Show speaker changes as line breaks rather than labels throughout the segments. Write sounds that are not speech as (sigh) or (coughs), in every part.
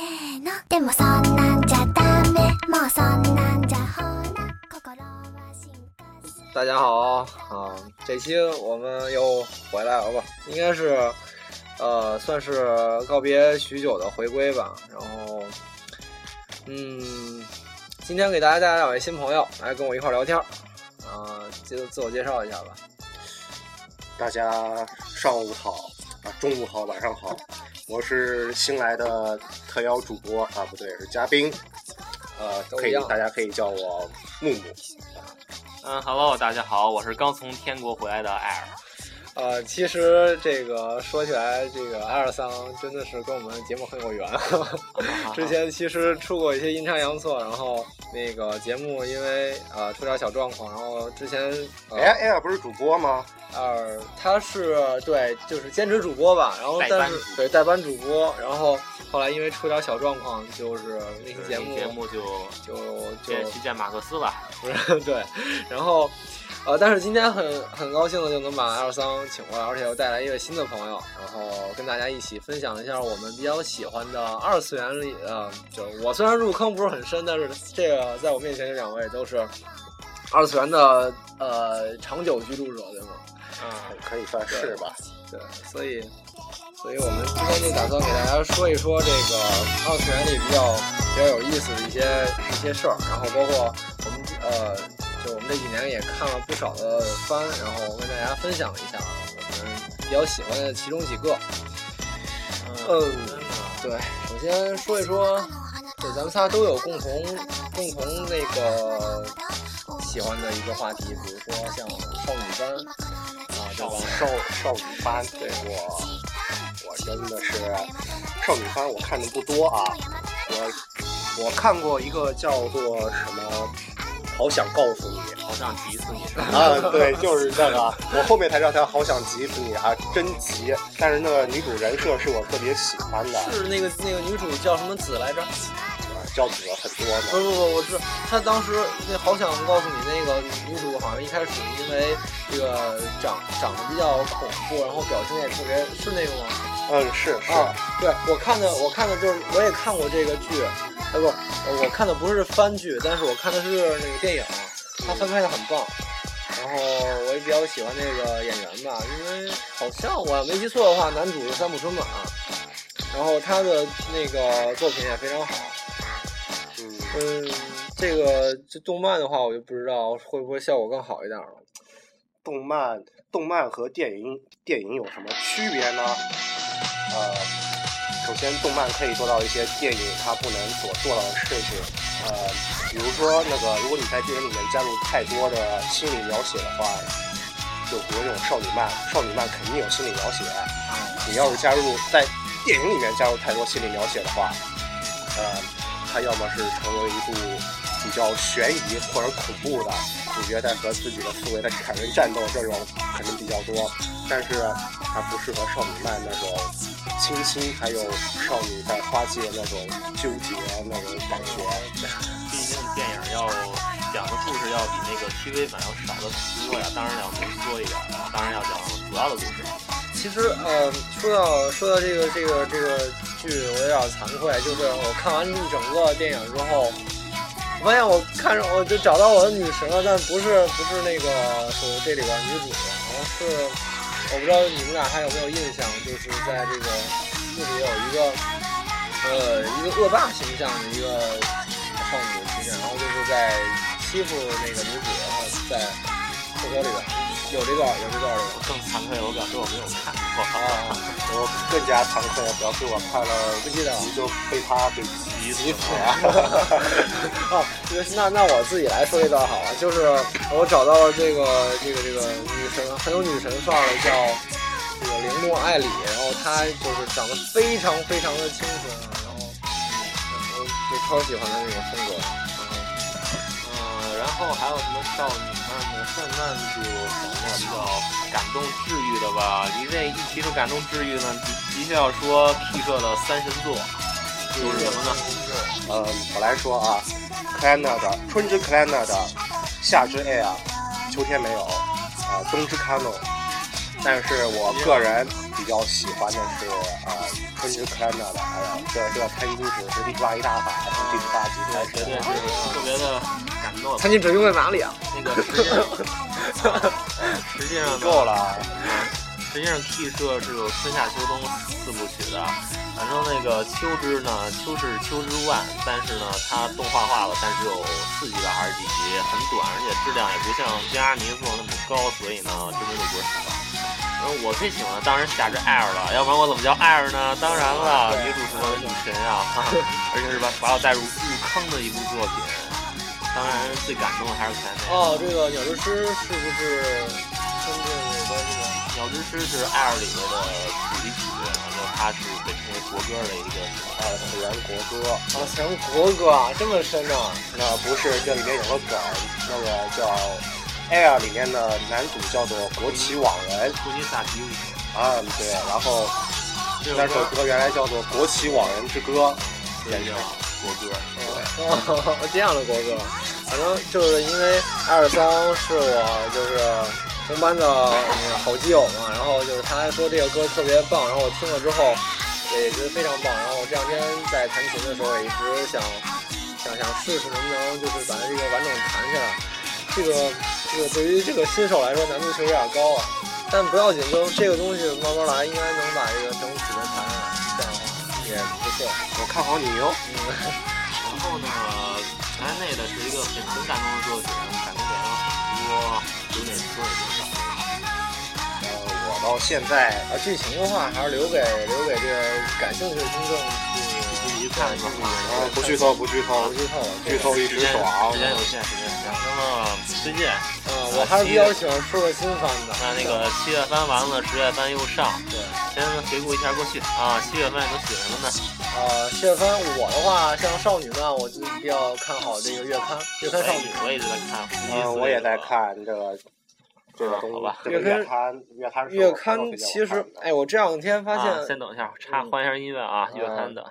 もうそんなんじゃダメもうそんなんじゃほら心は進化する
大家好啊！这期我们又回来了吧？应该是，呃，算是告别许久的回归吧。然后，嗯，今天给大家带来两位新朋友来跟我一块儿聊天儿。啊、就自我介绍一下吧。
大家上午好啊，中午好，晚上好，我是新来的特邀主播啊，不对，是嘉宾，呃，
都
可
一
以
样
大家可以叫我木木。
嗯哈喽，大家好，我是刚从天国回来的艾尔。 (laughs)
呃，其实这个说起来，这个艾尔桑真的是跟我们节目很有缘。之前其实出过一些阴差阳错，然后那个节目因为呃出点小状况，然后之前呃
哎哎呀，不是主播吗？
二，他是对，就是兼职主播吧，然后
代班
但是
主播
对代班主播，然后后来因为出点小状况，就是那期
节
节目
节目就
就
见
就
去见马克思了。
不是对，然后呃，但是今天很很高兴的就能把二桑请过来，而且又带来一位新的朋友，然后跟大家一起分享一下我们比较喜欢的二次元里，呃，就是我虽然入坑不是很深，但是这个在我面前这两位都是二次元的呃长久居住者，对吗？
嗯，
可以算是吧。
对，所以，所以我们今天就打算给大家说一说这个二次元里比较比较有意思的一些一些事儿，然后包括我们呃，就我们这几年也看了不少的番，然后跟大家分享一下啊我们比较喜欢的其中几个。
嗯
嗯，对，首先说一说，对咱们仨都有共同共同那个喜欢的一个话题，比如说像少女番啊，对
少
吧？
少少女
啊
番，对我我真的是少女番，我看的不多啊。我我看过一个叫做什么，好想告诉你，
好想急死你。
啊，对，就是这个。啊我后面才知道他好想急死你啊，真急。但是那个女主人设是我特别喜欢的，啊
是那个那个女主叫什么子来着？
叫子很
不
多呢。
不不，我是她当时那好想告诉你那个女主，好像一开始因为这个长长得比较恐怖，然后表情也特别，是那个吗？
嗯，是是，
啊，对，我看的我看的就是我也看过这个剧，啊不，呃我看的不是番剧，但是我看的是那个电影，它翻拍的很棒。然后我也比较喜欢那个演员吧，因为好像我没记错的话，男主是三浦春马，然后他的那个作品也非常好。
嗯，
嗯，这个这动漫的话，我就不知道会不会效果更好一点了。
动漫动漫和电影电影有什么区别呢？呃，首先动漫可以做到一些电影它不能所做到的事情，呃，比如说那个如果你在电影里面加入太多的心理描写的话，就比如那种少女漫，少女漫肯定有心理描写。啊
啊
你要是加入在电影里面加入太多心理描写的话，呃，它要么是成为一部比较悬疑或者恐怖的，主角在和自己的思维在砍人战斗，这种肯定比较多。但是它不适合少女漫那种清新，还有少女在花界那种纠结那种感觉。 (laughs)
毕竟电影要讲的故事要比那个 TV 版要少的多呀，当然要浓缩一点儿了，当然要讲主要的故事。
其实，呃，说到说到这个这个这个剧，我有点惭愧，就是我看完一整个电影之后，我发现我看上我就找到我的女神了，但不是不是那个是我这里边女主，好像是我不知道你们俩还有没有印象，就是在这个剧里有一个呃一个恶霸形象的一个少女出现，然后就是在欺负那个女主，然后在厕所里边有这段有这段这个。
我更惭愧，我表示我没有看
啊
过，，
我更加惭愧，表示我看了
不记得了
你就被他给
急
急
死
死
了。
(laughs)
了。
哦，就是那那我自己来说这段好了，就是我找到了这个这个这个女神，很有女神范儿的叫这个铃木爱里，然后她就是长得非常非常的清纯，啊然后我就超喜欢她那种风格。
嗯，然后还有什么少女漫呢？少女漫就比较感动治愈的吧。你这一提出感动治愈呢，的的确要说 P 社的三神作，就是什么呢？
嗯，我来说啊 c l a n a 的春之 c l a n a 的，夏之 air，秋天没有，啊、冬之 cano。但是我个人比较喜欢的是啊、呃分支克兰纳的，哎呀，这这个餐巾纸是第八一大法，从第十八集开
绝
始
对是特别的感动。
餐巾纸用在哪里啊？
那个实 (laughs) 际上，实际上
够
呢，
了。
实际上 T 社是有春夏秋冬四部曲的。反正那个秋之呢，秋是秋之 One，但是呢，它动画化了，但是有四集吧还是几集，很短，而且质量也不像加尼做那么高，所以呢，知名度不是很高。然后我最喜欢的当然是夏之艾尔了，要不然我怎么叫艾尔呢？当然了，女主什么女神啊，哈哈而且是把把我带入入坑的一部作品。当然最感动的还是克莱内。
哦，这个鸟之诗是不是跟这个有关系吗？
鸟之诗是艾尔里面的主题曲，然后它是被称为国歌的一个呃
二次元国歌，
啊，全国歌啊，这么深呢、
那不是这里面有个梗，那个叫《Air》里面的男主叫做国旗网人
突尼萨迪舞。
啊，对，然后
这
那
首
首
歌
歌原来叫做《国旗网人之歌》，
也叫国歌。
哦， (laughs) 这样的国歌，反正就是因为艾尔桑是我就是同班的嗯好基友嘛，然后就是他说这个歌特别棒，然后我听了之后也觉得非常棒，然后我这两天在弹琴的时候也一直想想想试试能不能就是把它这个完整弹下来，这个这个对于这个新手来说难度确实有点高啊，但不要紧，都这个东西慢慢来，应该能把这个整体的弹下来，这样的话也不错。
我看好你哟。
嗯
然后呢，莱内的是一个很很感动的作品，感动点了很多，有点多也挺少。
呃，我到现在
啊，剧情的话还是留给留给这个感兴趣的听众去
自己看吧，
啊，不剧透，不剧透
不，
啊
剧透了。
剧透一
时
直
间
爽啊
时。间有限，时间有限。那么最近，
啊，我还是比较喜欢出了新番的。
啊
那那个七月番完了，十月番又上，
对，
先回顾一下过去啊，七月番都写什么呢？
呃，谢番我的话，像少女漫，我就比较看好这个月刊，月刊少女。
哎我也在看，
嗯，我也在，看这个这个东
好吧
这个
月
月刊，月刊是我
月
朋友
刊
推荐我
其实
看，的
哎，我这两天发
啊，
现嗯
先等一下，插换一下音乐啊，乐坛 (laughs) 的。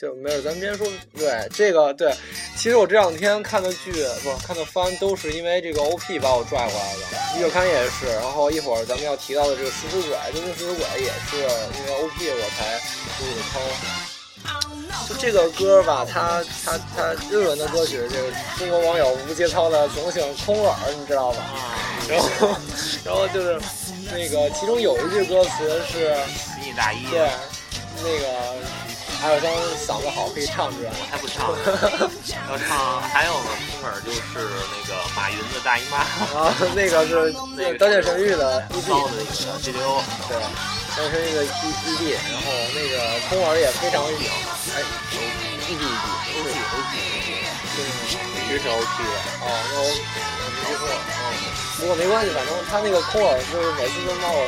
就没有，咱边说对这个对，其实我这两天看的剧不看的番都是因为这个 OP 把我拽过来的，月刊也是，然后一会儿咱们要提到的这个食尸鬼，东京食尸鬼也是因为 OP 我才入的坑。就这个歌吧，它它它日文的歌曲，这个中国网友无节操的总喜欢空耳，你知道吧？
啊，
然后然后就是那个其中有一句歌词是。
迷你大衣，
对，那个艾尔桑嗓子好，可以唱出来。
我才不
(laughs)
唱，要唱还有呢，空耳就是那个马云的大姨
(laughs)
妈，
然后啊那个是那个《刀剑神域》的 ED，
骚的那个 G
(laughs)
D O，
对，《刀剑神域》的 E ED，然后那个空耳也非常有，哎，ED ED，对，就是
必须是 OP
哦，那我我没记错，嗯，不过没关系，反正他那个空耳就是每次都把我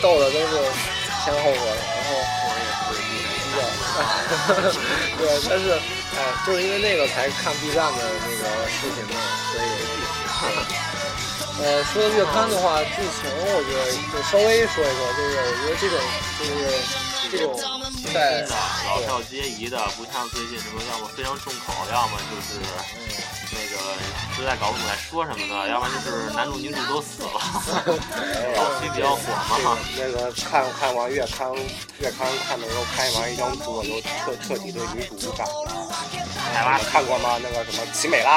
逗逗的都是前后合的，然后。
空耳也是
对，但是，哎，就是因为那个才看 B 站的那个视频嘛，所以，呃，说
啊
月刊的话，剧情我觉得就稍微说一说，就是我觉得这种就是这种嗯在
真的老少皆宜的，不像最近什么要么非常重口，要么就是那个实在搞不懂在说什么的，要不然就是男主女主都死
(laughs)
了，
哎
哎
早期比较火嘛。
那个看看完月刊，月刊看的时候拍完一张图，我就彻彻底对女主无感了。
海
大
拉
家
斯
看过吗？那个什么奇美拉，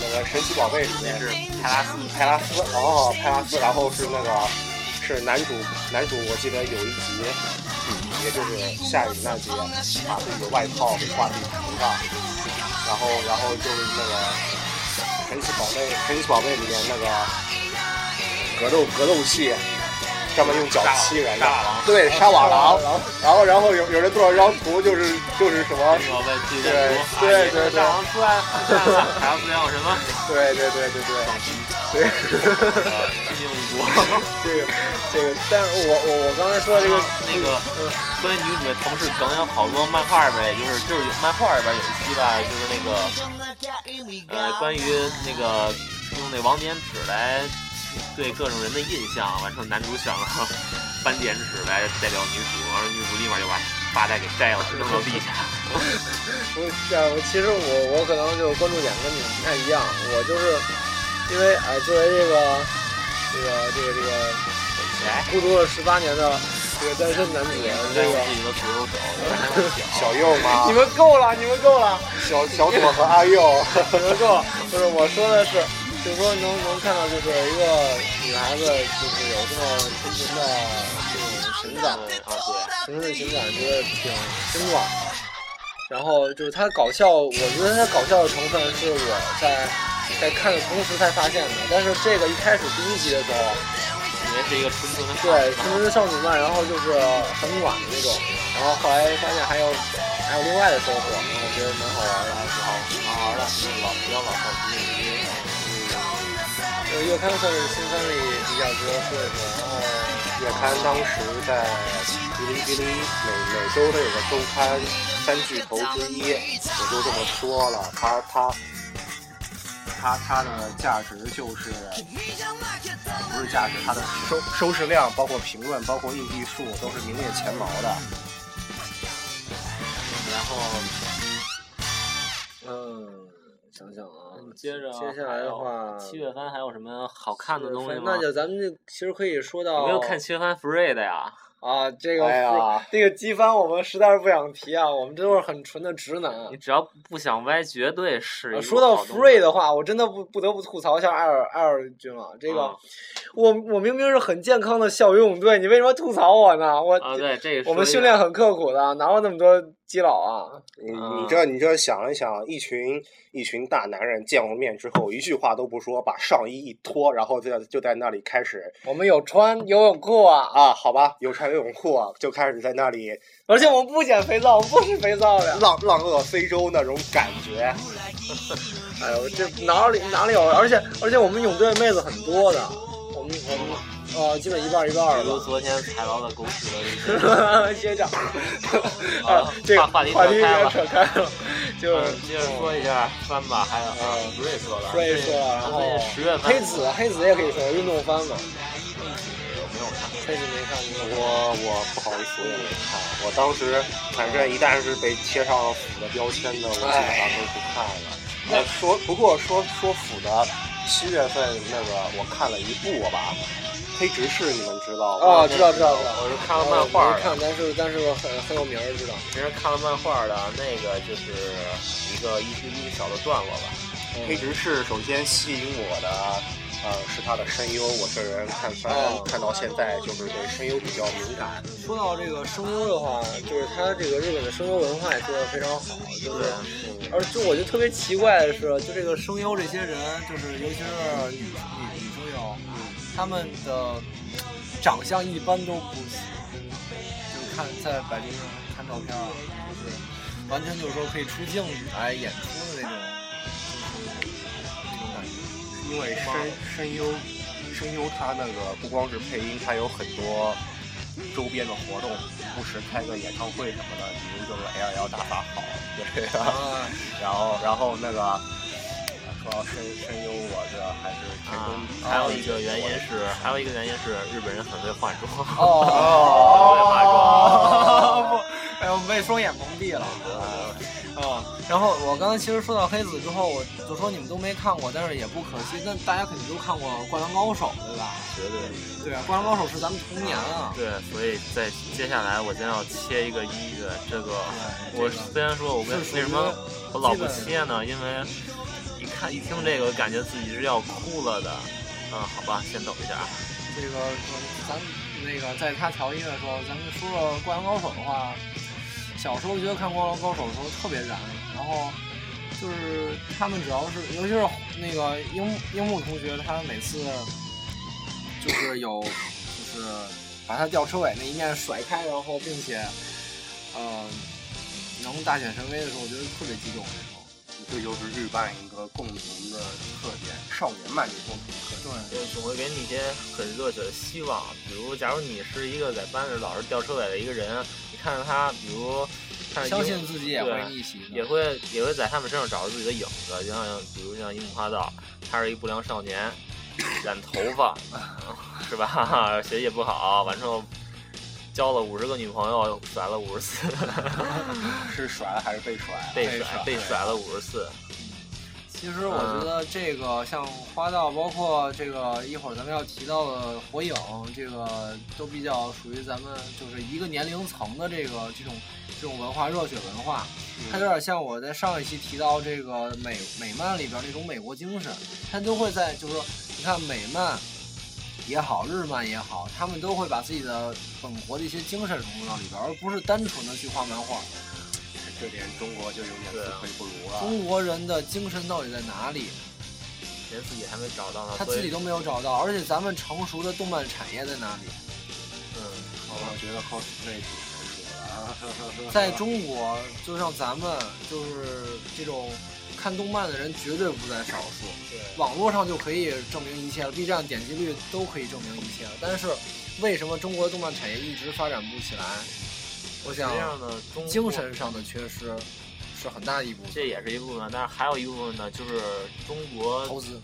那个神奇宝贝里面
是海拉斯，
派拉斯，哦，派拉斯，然后是那个是男主，男主我记得有一集，也就是下雨那集，把自己的外套给挂地头上，然后然后就是那个神奇宝贝，神奇宝贝里面那个格斗格斗器。专门用脚踢人的
杀瓦狼，
对，杀
啊
瓦狼。然后，然后有有人做了一张图，就是就是什
(laughs)
么，
我问记得
对
读，
对
啊
对
也
对
是大王出来了，海拉斯要什么？
对对对对对，对，
呃，毕竟一啊国。
这个这个，但是我我我刚才说的这啊个
那个关于女主的同事梗有好多漫画里边，也就是就是有漫画里边有一期吧，就是那个呃关于那个用那网点纸来对各种人的印象，完成男主想了斑点纸来代表女主，然后女主立马就把发带给摘了，扔到地下。
我我其实我我可能就是关注点跟你不太一样，我就是因为哎、作为这个这个这个这个
哎，
孤独了十八年的这个单身男子啊，这
这
个
我自己的左右手，有点小。
小右吗
你？们够了，你们够了，
小小左和阿右，
你们够了。不是我说的是，就是说能能看到，就是一个女孩子，就是有这么深沉的这种情感，
啊，对，
深沉的情感，觉得挺温暖的。然后就是他搞笑，我觉得他搞笑的成分是我在在看的同时才发现的。但是这个一开始第一集的时候，
你也是一个纯纯的少
对，
女
纯纯的少女漫，然后就是很暖的那种。然后后来发现还有还有另外的收获，然后我觉得蛮好玩的。
好好玩的，那老不要老好奇心。
呃，月刊算是新番里比较多说的，然后
月刊当时在哔哩哔哩每每周都有个周刊三巨头之一，我就这么说了，它它它它的价值就是呃不是价值，它的收收视量，包括评论，包括印币数都是名列前茅的。
然后
嗯，想想啊，
嗯接着
接下来的话
还有七月番还有什么好看的东西吗？
那就咱们就其实可以说到
有没有看七月番 free 的呀？
啊，这个、
哎呀
这个机翻我们实在是不想提啊，我们这都是很纯的直男。
你只要不想歪，绝对是一
呃
个
说到
好东西
free 的话，我真的不不得不吐槽一下艾尔艾尔君了。这个，
啊
我我明明是很健康的校游泳队，你为什么吐槽我呢？我、
啊，对，这个
我们
说
训
一下
练很刻苦的，哪有那么多基佬啊？
你
嗯
你这你这想了想，一群一群大男人见过面之后，一句话都不说，把上衣一脱，然后就在就在那里开始
我们有穿游泳裤啊。
啊，好吧，有穿游泳裤啊，就开始在那里
而且我们不捡肥皂，我们不吃肥皂的。
浪浪遏非洲那种感觉。
哎呦，这哪里哪里有？而且而且我们泳队妹子很多的，我们我们呃基本一半儿一半儿
比如昨天踩到的狗屎
(laughs)
的这些。
吧。学长，
好了
啊，这个
话话题
话题有
扯开
点
了
扯开了，就
嗯
是，
接着说一下番吧，还有啊，不是也说了，
说一嗯说，然后
十月份
黑子黑子也可以说运动番嘛，
没有看，
黑子没看过。
我我不好意思，我也没看。我当时反正一旦是被贴上了腐的标签的，我基本上都不看了。那说不过说说腐的，七月份那个我看了一部吧，《黑执事》，你啊们知道吗？
哦，知道知道知道。
我是看了漫画
哦我没
的，
看，但是但是我很很有名儿，知道。
其实看了漫画的那个就是一个一一个小的段落吧，
黑执事首先吸引我的，呃，是他的声优。我这人看番、
哦
看到现在就是对声优比较敏感。
说到这个声优的话，就是他这个日本的声优文化也做得非常好，就是，
嗯
而就我就特别奇怪的是，就这个声优这些人，就是尤其是女女女声优，他们的长相一般都不行，就是看在百灵上看照片啊，就是完全就是说可以出镜来演出的那种，那种感觉。
因为声声优，声优他那个不光是配音，他有很多周边的活动，不时开个演唱会什么的，比如就是哎 L L 大法好，对啊，
(laughs) 啊，
然后然后那个说到声声优，我这还是
嗯
天
啊
宫、，
还
哦
有一个原因是，还有一个原因是日本人很会化妆，
(laughs) 哦，不，哎呦，被双眼蒙蔽了。啊，然后我刚才其实说到黑子之后，我就说你们都没看过，但是也不可惜，那大家肯定都看过《灌篮高手》，对吧？
绝对。
对啊，《灌篮高手》是咱们童年啊。
对，所以在接下来我将要切一个音乐。这个
对
我
这个
虽然说我为
是属于
为什么我老
基
不
本
切呢？因为一看一听这个，感觉自己是要哭了的。嗯，好吧，先等一下。啊
这个咱们那个在他调音的时候，咱们说说《灌篮高手》的话，小时候觉得看《灌篮高手》的时候特别燃，然后就是他们只要是，尤其是那个樱木樱木同学，他每次就是有就是把他吊车尾那一面甩开，然后并且呃能大显神威的时候，我觉得特别激动。那时候
这就是日漫一个共同的特点，少年漫一个共同特点。
对，
就是总会给你一些很热血的希望。比如，假如你是一个在班里老是吊车尾的一个人，你看着他，比如看着
相
樱
信自己也会逆袭的
也会也会在他们身上找着自己的影子，就像比如像樱木花道，他是一不良少年，染头发 (laughs) 是吧？ (laughs) 学习也不好，完之后交了五十个女朋友，甩了五十次，啊
是甩了还是被甩？啊
被
被
甩
甩
被甩了五十次。
其实我觉得这个像花道，包括这个一会儿咱们要提到的火影，这个都比较属于咱们就是一个年龄层的这个这种这种文化热血文化，它有点像我在上一期提到这个美美漫里边那种美国精神，它都会在就是说，你看美漫也好，日漫也好，他们都会把自己的本国的一些精神融入到里边，而不是单纯的去画漫画。
这点中国就有点自愧不如了。
啊
中国人的精神到底在哪里？
人自己还没找到呢，
他
啊所以
自己都没有找到，而且咱们成熟的动漫产业在哪
啊
里？
嗯，
我觉得 cosplay 挺成熟
啊 (laughs)
了。
在中国，就像咱们就是这种看动漫的人绝对不在少数，网络上就可以证明一切了，B 站点击率都可以证明一切了。但是为什么中国动漫产业一直发展不起来？我
这
想
样呢，中国
精神上的缺失是很大的一部分，
这也是一部分，但是还有一部分呢，就是中国
投资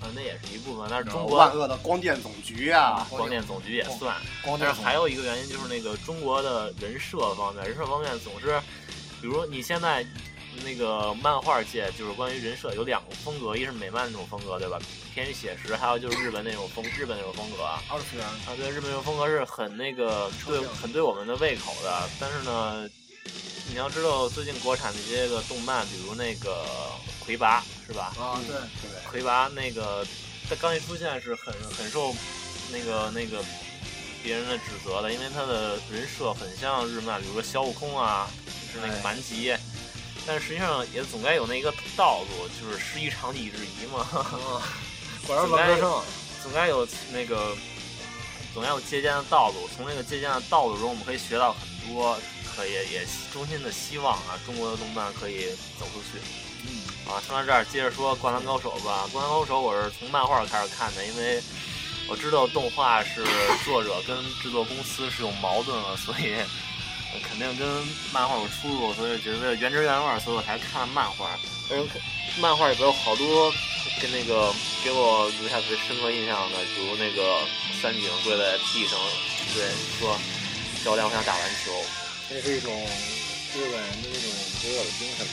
呃，那也是一部分，但是中
万
国
恶的光电总局啊，
广电总局也算，
光电总
但是
局
还有一个原因就是那个中国的人设方面，人设方面总是，比如你现在那个漫画界就是关于人设有两个风格，一是美漫那种风格，对吧？偏于写实，还有就是日本那种风，日本那种风格啊。
二次元
啊，对，日本这种风格是很那个对，很对我们的胃口的。但是呢，你要知道，最近国产的这个动漫，比如那个《魁拔》，是吧？
啊，对，
《魁拔》那个，它刚一出现是很很受那个那个别人的指责的，因为它的人设很像日漫，比如说小悟空啊，是那个蛮吉。但实际上也总该有那一个道路，就是师夷长技以制夷嘛。
啊 (laughs) 果然文科生啊。
总该有那个，总该有借鉴的道路。从那个借鉴的道路中，我们可以学到很多，可以也衷心的希望啊，中国的动漫可以走出去。嗯，啊，说到这儿，接着说《灌篮高手》吧。《灌篮高手》我是从漫画开始看的，因为我知道动画是作者跟制作公司是有矛盾了， (laughs) 所以呃肯定跟漫画有出入，所以觉得原汁原味儿，所以我才看漫画。而且漫画里边有好多跟那个给我留下最深刻印象的，比如那个三井跪在地上，对说教练我想打篮球，
这是一种日本人的那种独有的精神吧。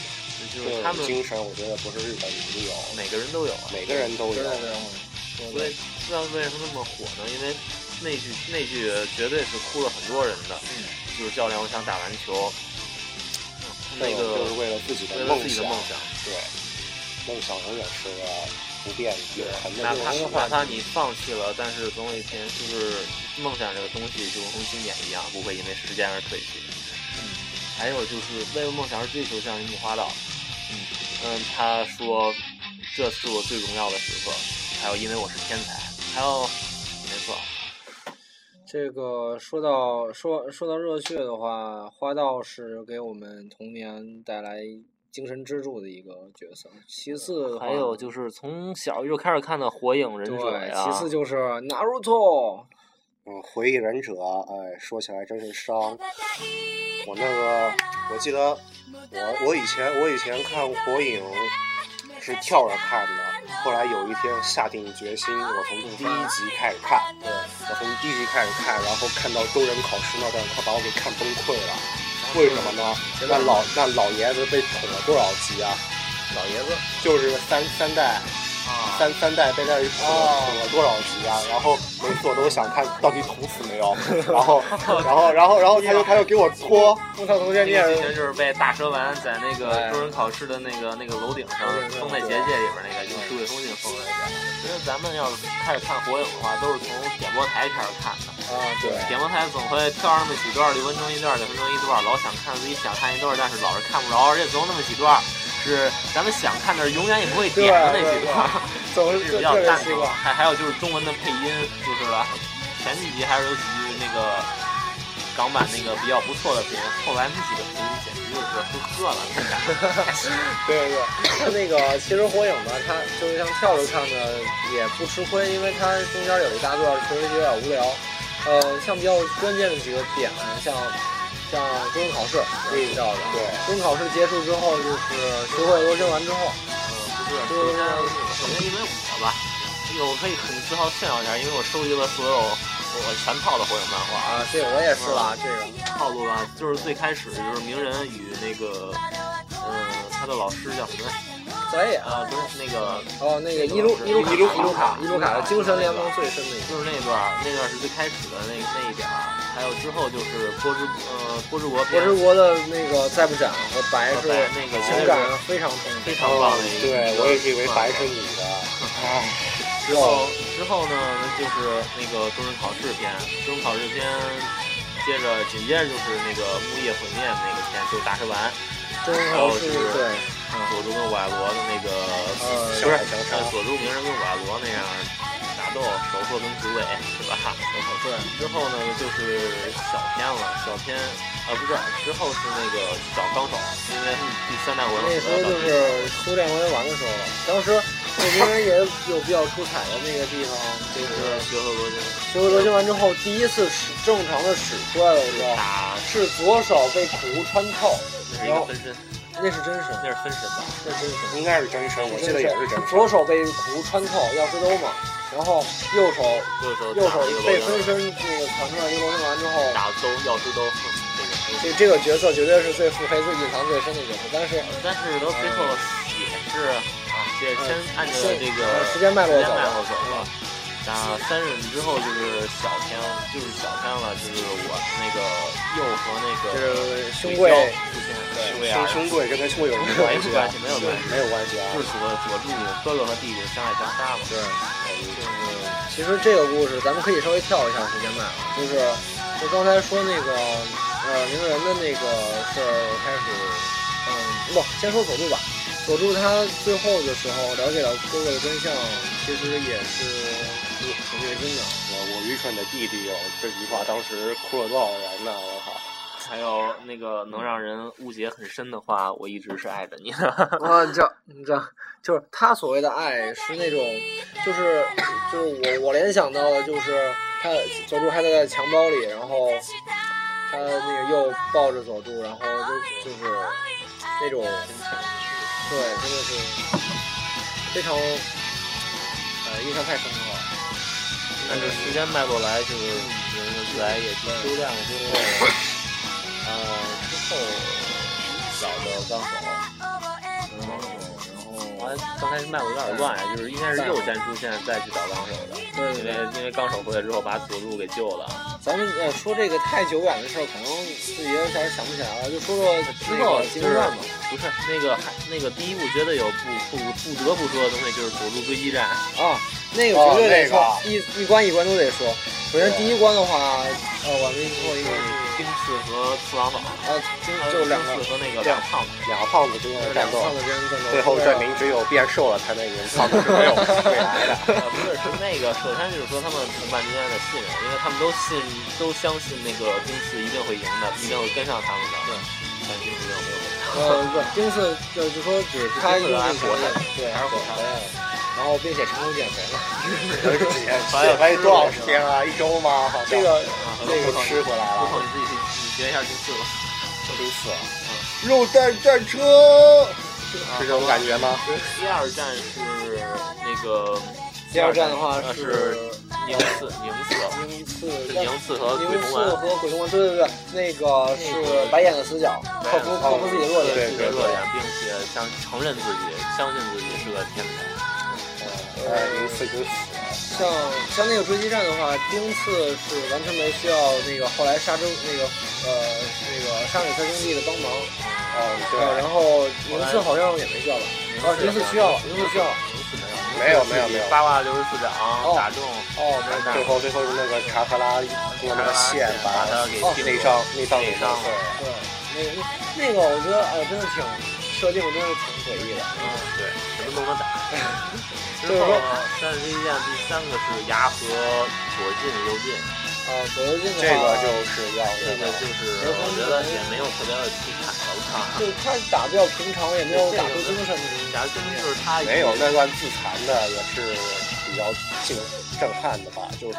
这
就是他
种
们
精神我觉得不是日本独有，
每个人都有啊，
每个人都有。
所以知道为什么那么火呢？因为那句那句绝对是哭了很多人的，就是教练我想打篮球，那
这
个
就是为了自己
为
的
了
梦
自己的
想，
梦想。
对，梦想永远是个不变永恒的
哪
东
怕
西。
哪怕你放弃了，但是总有一天，就是梦想这个东西就跟经典一样，不会因为时间而褪去。
嗯
还有就是为了梦想而追求，像樱木花道，嗯他说这是我最荣耀的时刻。还有因为我是天才，还有没错，
这个说到说说到热血的话，花道是给我们童年带来精神支柱的一个角色。其次的话，
还有就是从小就开始看的《火影忍者》
对，
呀，
其次就是 Naruto，
嗯，回忆忍者，哎，说起来真是伤。我那个，我记得我我以前我以前看火影是跳着看的，后来有一天下定决心，我从第一集开始看，对，我从第一集开始看，然后看到周人考试那段，快把我给看崩溃了。为什么呢？那老那老爷子被捅了多少集啊？
老爷子，啊
就是三三代，三三代被那里
哦
捅了捅了多少集啊？然后每次我都想看到底捅死没
(laughs)
有，然后然后然后然后他就他就给我
(laughs)
拖，
木头同学，
这
你
个
也
剧
是
情就是被大蛇丸在那个周人考试的那个那个楼顶上封在结界里边那个，就是数位风景封了一下。因为咱们要是开始看火影的话，都是从点播台开始看的。
啊，对。
点播台总会跳上那么几段，六分钟一段，两分钟一段，老想看自己想看一段，但是老是看不着，而且总有那么几段是咱们想看但是永远也不会点的那几段，
总
这
是
(laughs) 是
就
比较
特别
淡
奇怪。
还还有就是中文的配音，就是吧，前几集还是有几句那个港版那个比较不错的配音，后来那几个配音简直就是呵
(laughs)
呵了，嗯那感觉太吓人了
对对对，它那个其实火影吧，它就是像跳着看的也不吃亏，因为它中间有一大段确实有点无聊。呃，像比较关键的几个点，啊像像中文考试
嗯
是提到的，
对，
中文考试结束之后就是学会罗生门之后，
不是，首先首先因为我吧，这个我可以很自豪炫耀一下，因为我收集了所有我全套的火影漫画。
啊，这个我也是啦，这个
套路吧，就是最开始就是鸣人与那个，呃，他的老师叫什么来？
可以啊。
啊，不是那个，
哦，那个
那个
伊鲁
是
伊鲁卡
伊鲁卡
伊鲁卡伊
伊
鲁
鲁
卡的
卡
精神联盟最深的一个。
就是那段儿，那段儿是最开始的那那一点儿，还有之后就是波之呃波之国
我
篇
是国的那个再不斩和白是
和白那个
情感非常丰富
非常棒的一个。
对，我也是以为白是
是。
你的。哎，
之后之后呢，就是那个终身考试篇，终身考试篇，接着紧接着就是那个木叶毁灭的那个篇，就是达什丸，
真好
哦
是对，
佐助跟瓦罗的那个
呃，
不是呃佐助鸣人跟瓦罗那样打斗，手破跟竹尾是吧？
对，
之后呢就是小篇了，小篇啊不是，之后是那个找纲手，因为第三代我
那时候就是初恋文玩的时候了。当时我鸣人也有比较出彩的那个地方，就
就是是学和罗京
学会罗旋完之后，第一次使正常的使出来的时候，
打，
是左手被苦无穿透，
那是一个分身，
那是真神，
那是分身吧？
那是真神。
应该是真身，我记得也是真身。
左手被苦穿透，要知道嘛，然后右手
右手
右手
打一个
被
罗
分身
京，
那个传出来一个罗生完之后，
打兜药师兜，嗯这个分身。
这这个角色绝对是最腹黑、最隐藏、最深的角色，但是
但是到最后也是啊，这先按照这个
时间脉络
时间
走
脉
了。
络走了。打三忍之后就是小天，就是小天了，就是我那个右和那
就
个
是兄
对
贵
标出现的兄啊
兄兄贵跟他兄有什么关系啊？
没有关系
没有关系啊。
就是佐佐助哥哥和弟弟相爱相杀嘛。对，就是
其实这个故事咱们可以稍微跳一下时间脉络，就是就刚才说那个呃鸣人的那个事儿开始，嗯，不，先说佐助吧。佐助他最后的时候了解了哥哥的真相，其实也是也挺虐心的。
我我愚蠢的弟弟哦，这句话当时哭了多少人呢？我靠！
还有那个能让人误解很深的话，我一直是爱着你。
啊，你知道， (laughs) 你知道，就是他所谓的爱是那种，就是就是我我联想到的就是他佐助还在在襁褓里，然后他那个又抱着佐助，然后就就是那种，对，真的是非常呃印象太深刻了。
但是时间脉络来，就是人的自来也就修炼了之后，呃，之后找的纲手，然后哦然后刚开始脉络有点乱呀，就是应该是右先出现，再去找纲手的，
对对
因
对，
为因为纲手回来之后把佐助给救了，
咱们呃说这个太久远的事儿，可能自己有点想不起来了，就说说
之
那
后
个
就
金
是
刚钻吧。
不是那个还那个第一部觉得有不不不得不说的东西，就是佐助追击战，
啊，那个绝对得说，
哦
一一关一关都得说。首先第一关的话，呃，我没记错应
就
该
是
是
冰刺和次郎岛，
啊，就就两个
冰刺和那个两个胖子。
两个胖子之间的战
两个
斗
胖，子之间的战斗，
最后
对啊
证明只有变瘦了才能赢，胖子是没有未来的。
呃，不是，是那个，首先就是说他们同伴之间的信任，因为他们都信，都相信那个冰刺一定会赢
嗯
的，一定会跟上他们的。对，但冰刺没有没有跟上。
呃，不，丁次就就说只是他一个人活着，对，
还是活
着，然后并且成功减肥了。
还有还有多少时间啊？一周吗？好像
这个
啊，
这个
不
吃回来
不
了。
你自己去你学一下冰刺吧。
第四，肉蛋战车是这种感觉吗？
第二站是那个
第二站的话
呃
是
是宁次，宁次，
丁次
是
但
宁次和
宁
鬼童
次
丸。
和鬼童丸，对对对，那个是白眼的死角，克服克服自己的弱点。
自己的弱点，并且相承认自己，相信自己是个天才。
呃，零四就死了。
像像那个追击战的话，丁次是完全没需要那个后来沙之那个呃那个沙里特兄弟的帮忙，
嗯，
呃
对，
然后宁次好像也没需要吧？哦，宁次需要了，宁次需要了。
没有没有没有。
八卦六十四掌打中，
哦，没
对
最后最后那个查克拉用那个线把
把他给钉
内
住
伤内脏给弄碎了。
对，那个那个我觉得哎、真的挺设定真的挺诡异的。
嗯，对，什么都能打。
(laughs) 就是
之后
说
三十一剑第三个是牙和左进右进，
啊，左右进的
这个
话
就是要
这
那
个
个
就是我觉得也没有特别的出彩了吧。
就他打比较平常，也没有打出精神的东西。
牙真就是他
没有那段自残的也是比较震震撼的吧，就是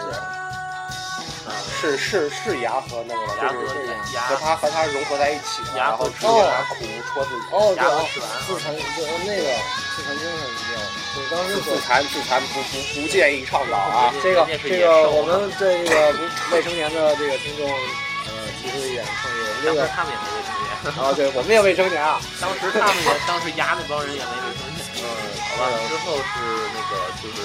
是是是牙和那个吧，
牙
就
和
是
牙
和他和他融合在一起了，
牙
然后
和
直接
戳
拿苦戳自己。
哦，对
牙
啊
和，齿
自残就那个自残精神比较，就是当时
自
左
自残自残不不不建议倡导啊，
这个
关键是
这
野
个，
兽
我们对这个不未成年的这个听众，呃，提出一点创意。这
当
个
时他们也没卫生间，
啊，对，我们也未成年啊，
当时他们也当时牙那帮人也没卫生
嗯，
间。好
吧
吧，，之后是那个就是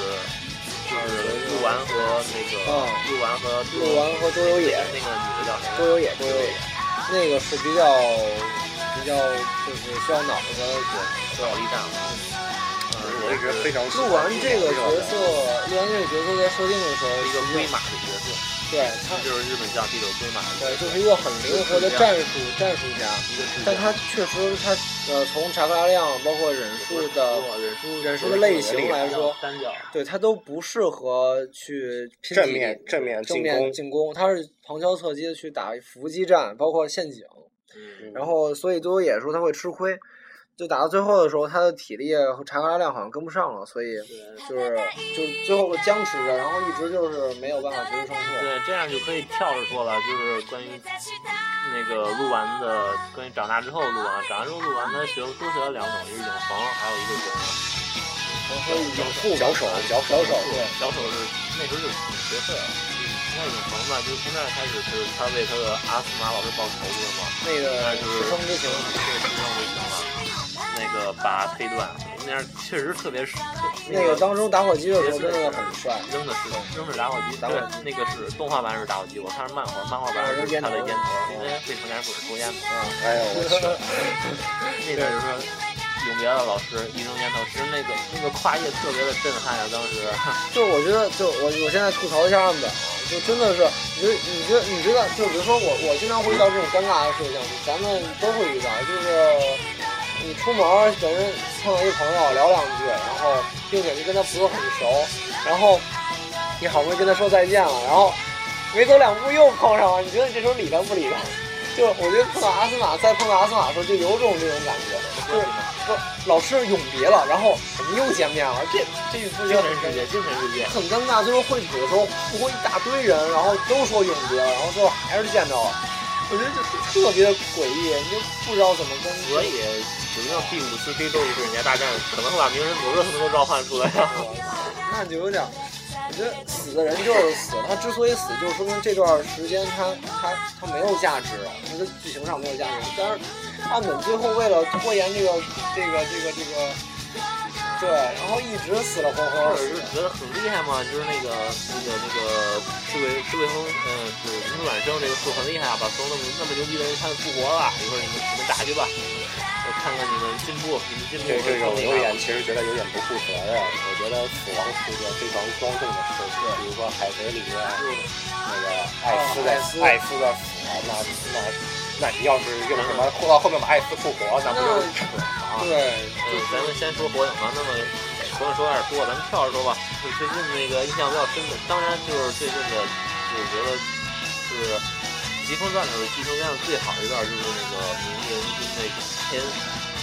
就是鹿丸和那
嗯
个鹿丸和
鹿丸和多有野
那个女的叫谁？
多有野，多有野，那个是比较比较就是需要脑子的角色。
多少力战？
就是我一直非常喜欢
鹿丸这个角色，鹿丸这个角色在设定的时候，
一个龟马的角色，
对他，
就是日本叫这种龟马的角
对，
色，
就是一个很灵活的战术战术家。
一个是
但他确实他呃，从查杀量包括忍术的
忍术
忍术的类型来说，
单脚
对他都不适合去拼
正
体力
面正面
正
进
面
攻，
进攻，他是旁敲侧击的去打伏击战，包括陷阱。
嗯
然后所以多有野说他会吃亏，就打到最后的时候，他的体力和查克拉量好像跟不上了，所以就是就是最后僵持着，然后一直就是没有办法决出胜负。
对，这样就可以跳着说了，就是关于那个鹿丸的，关于长大之后鹿丸，长大之后鹿丸他学多学了两种，一个影缝，还有一个什么
所以有护
脚手脚手
小手对，
小手是那时候就学会了。那影缝吧，就是从那儿开始，就是他为他的阿斯玛老师报仇去了嘛，
那
那
个
就是
师生之情。
对，师生为情了，那个把他推断，那样确实特别爽
那个当初打火机的时候真的很帅，
扔的是扔是打火机，
打
对
火机，
那个是动画版是打火机，我看是漫画，漫画版
啊
是
扔烟
他的
头
烟头，因为被成年人抽烟嘛。
哎呦我去，
那个就是说永别的老师一扔烟头，其实那个那个跨越特别的震撼啊！当时
就我觉得就我我现在吐槽一下他们俩啊，就真的是，你觉得你觉得你觉得，就比如说我我经常会遇到这种尴尬的事情，咱们都会遇到，就是。你出门儿有人碰到一朋友聊两句，然后并且就跟他不是很熟，然后你好不容易跟他说再见了，然后没走两步又碰上了，你觉得你这时候理他不理他？就我觉得碰到阿斯玛再碰到阿斯玛的时候，就有种这种感觉，就是不老师永别了，然后我们又见面了，这这不
精
行，
神世界，精神世界，
很尴尬。最后汇组的时候，不过一大堆人，然后都说永别了，然后最后还是见着了，我觉得就是特别的诡异，你就不知道怎么跟。
所以指定第五次非洲意识人家大战可能会把鸣人伯格他们都召唤出来了。
那就有点儿，我觉得死的人就是死，他之所以死，就是说明这段时间他他他没有价值，他的剧情上没有价值。但是岸本最后为了拖延这个这个这个这个，对，然后一直死了活
或
活
者。是觉得很厉害嘛，就是那个那个那个赤鬼赤鬼风，嗯，是银河晚生这个术很厉害啊，把所有那么那么牛逼的人全复活了。一会儿你们你们打去吧，我看看你们进步，你们进步
对这种
会
有
更厉害
点其实觉得有点不负责任。我觉得死亡是一个非常庄重的事情，比如说《海贼》里面那个艾斯的、
哦艾斯
艾斯的死，那那那你要是用什
嗯
么拖到后面把艾斯复活，那不就是扯吗？
对，
嗯，咱们先说火影吧。那么火影说有点多，咱们跳着说吧。就最近那个印象比较深的，当然就是最近的，我觉得是《疾风传》里头疾风传最好的一段，就是那个鸣人跟那个天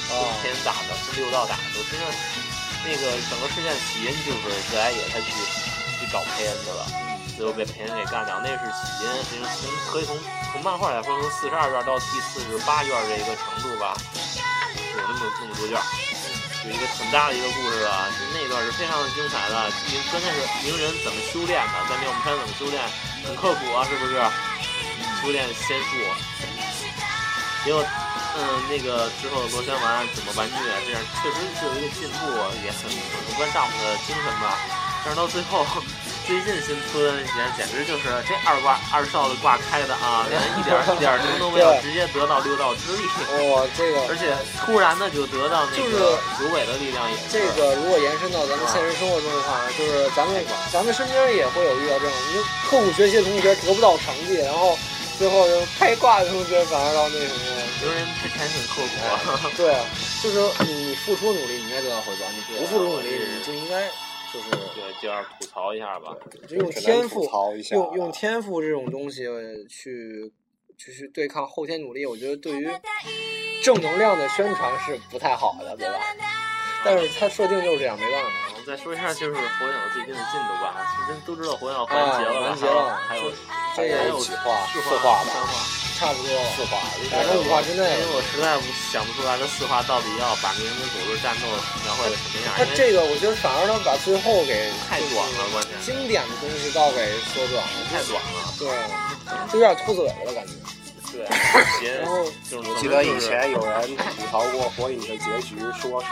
跟天打的，跟六道打的。真的，那个整个事件起因就是自来也他去去找佩恩去了。最后被裴恩给干掉，那是起因。其实从可以从从漫画来说，从四十二卷到第四十八卷这个程度吧，有那么那么多卷儿，有一个很大的一个故事啊，就那一段是非常的精彩的。鸣关键是鸣人怎么修炼的，在妙木山怎么修炼，很刻苦啊，是不是？修炼仙术，结果，嗯，那个之后螺旋丸怎么玩具啊，这样确实是有一个进步，也很很关丈夫的精神吧。但是到最后，最近新出的那几年，简直就是这二挂二少的挂开的啊，连一点一点零都没有，直接得到六道之力。
哇、哦这个
而且突然的就得到那
就是
个芦苇的力量也是
这个如果延伸到咱们现实生活中的话，就是咱们咱们身边也会有遇到这种，你就刻苦学习的同学得不到成绩，然后最后就开挂的同学反而到那什么了。
有人之前挺刻苦啊，
对，就是你你付出努力，你应该得到回报；你不付出努力，你就应该就是
对，就要吐槽一下吧。
就用
只能
天
吐
赋，
槽一下，
用用天赋这种东西去就是对抗后天努力，我觉得对于正能量的宣传是不太好的，对吧？但是它设定就是这样，没办法。
嗯我们再说一下就是火影最近的进度吧，其实都知道火影环节了吧，
啊完结了
还有还
这个
有还
还
有
有几话，
四
四话
三
吧，
话。
差不多了。
四话，
打成五话之内
因哎为我实在不想不出来这四话到底要把鸣人跟佐助战斗描绘的什么样，
他
因为
这个我觉得反而能把最后给
太短了，关键
经典的东西倒给缩短了，
太短了。
对，就有点秃子尾巴的感觉。
对，
(laughs)
结
然后
就是
我记得以前有人吐槽过《火影》的结局，说是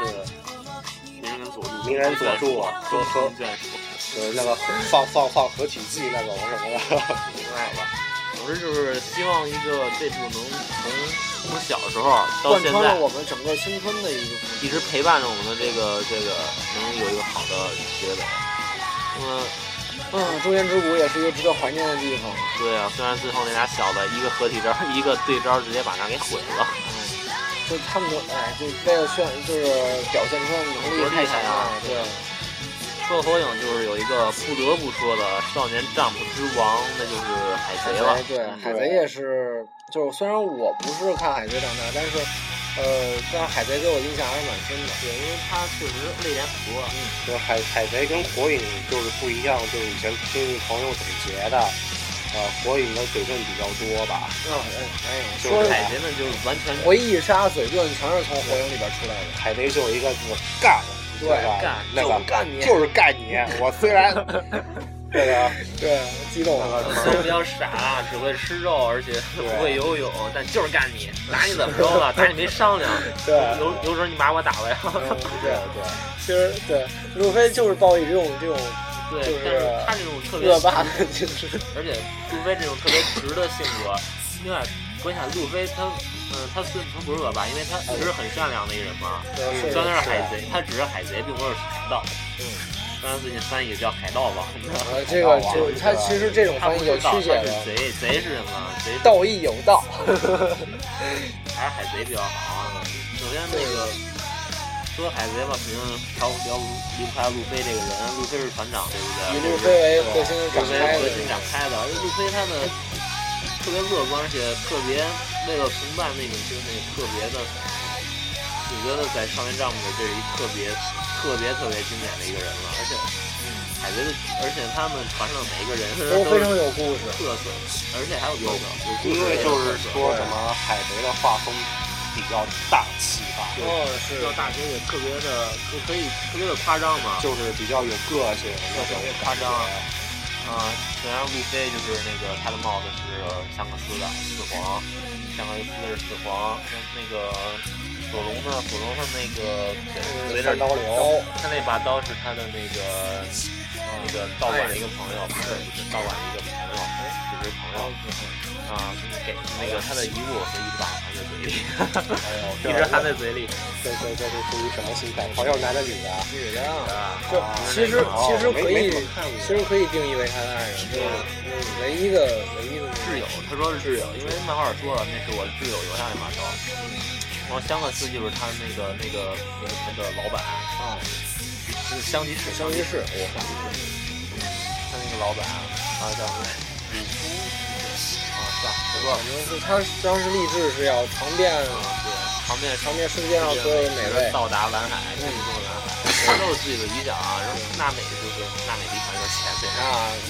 鸣人
鸣人佐助啊
和
和和
藤卷树，
就是那个放放放合体技那种什么的。
明白吧？总之就是希望一个这部能从从小时候到
贯
现
穿了
在
我们整个青春的一个故事。
一直陪伴着我们的这个这个能有一个好的结尾。那么
嗯，中原之谷也是一个值得怀念的地方。
对啊，虽然最后那俩小子一个合体招，一个对招，直接把那给毁了，
就他们都哎，就为了炫，就是表现出来的能力太强了。对，
说到火影，就是有一个不得不说的少年丈夫之王，那就是海贼了
海。贼对，海贼也是，就是虽然我不是看海贼长大，但是呃，但海贼给我印象还是蛮深的。
对，因为他确实泪点很多。啊
就是海海贼跟火影就是不一样，就是以前听朋友总结的，呃，火影的嘴遁比较多吧。
嗯，哎哎，
就
说
是
是
海贼们就是完全
回忆杀、嘴遁全是从火影里边出来的。
海贼就有一个我干，
对
吧？
干
那个
就干你
就是干你。我虽 (laughs) 然这个
对，激动了。
都比较傻，只会吃肉，而且不会游泳，但就是干你，打你怎么
(laughs)
着了？打你没商量。
对
有有种你把我打
(laughs)
了呀。
嗯
对
对，
对，
其实对，路飞就是抱以这种这种
对，
就是
但是他这种特别
恶霸的精神。
(laughs) 而且路飞这种特别直的性格，另外关键路飞他，嗯、他虽他不是恶霸，因为他其实很善良的一个人嘛。
对嗯是
虽然他是海贼，他只是海贼，并不是海盗。
嗯，
当然最近翻译叫海盗王的，
呃，这个就是它其实这种
他
翻
不
译
是
有
盗，他
曲解
是
的，
贼，贼是什么？贼是
道义有道。
还是海贼比较好。啊首先那个说海贼吧，肯定逃不了离不开路飞这个人，路飞是船长，对
以
不对？
路飞为核心
路
展
飞
开
核
的。
心展开的，而且路飞他们特别乐观，而且特别为了崇拜那种就是那特别的，我觉得在少年丈夫里这是一特别特别特别经典的一个人了，而且。海贼的，而且他们船上每一个人
都非常有
有
故事，
特色，而且还有特色，有故事
因为就是说什么海贼的画风比较大气吧，
哦是
这大学也特别的，就可以特别的夸张嘛。
就是比较有个性那种
夸张啊啊，虽然路飞就是那个他的帽子是香克斯的四皇，香克斯是四皇，那个索隆呢，索隆是那个随
三
着
刀流。
他那把刀是他的那个那个道馆的一个朋友，不是不是道馆的一个朋友，
哎
只是朋友
哦
啊，给那个他的遗物，所以一直把它含在嘴里，
哎呦，
(laughs) 一直含在嘴里
这这这是属于什么心态？朋友男的女的？
女的啊，
啊。
就
啊
其实
哦
其实
没
可
没
以
怎么看过，
其实可以定义为他的爱人，就是嗯唯一的唯一的
挚友，他说是挚友，因为漫画说了那是我挚友留下的把刀。然后香克斯就是他那个那个那个他的老板，
啊，
嗯就是香吉士，哦
相机是
我忘了他那个老板啊叫什么？
反正
啊，算了，不管
是他当时立志是要尝遍
啊，对，旁边
尝遍世界上所有的美味，
到达蓝海，这么多蓝海，他都有自己的理想啊。然后娜美就是娜美离开就是前辈啊。
啊，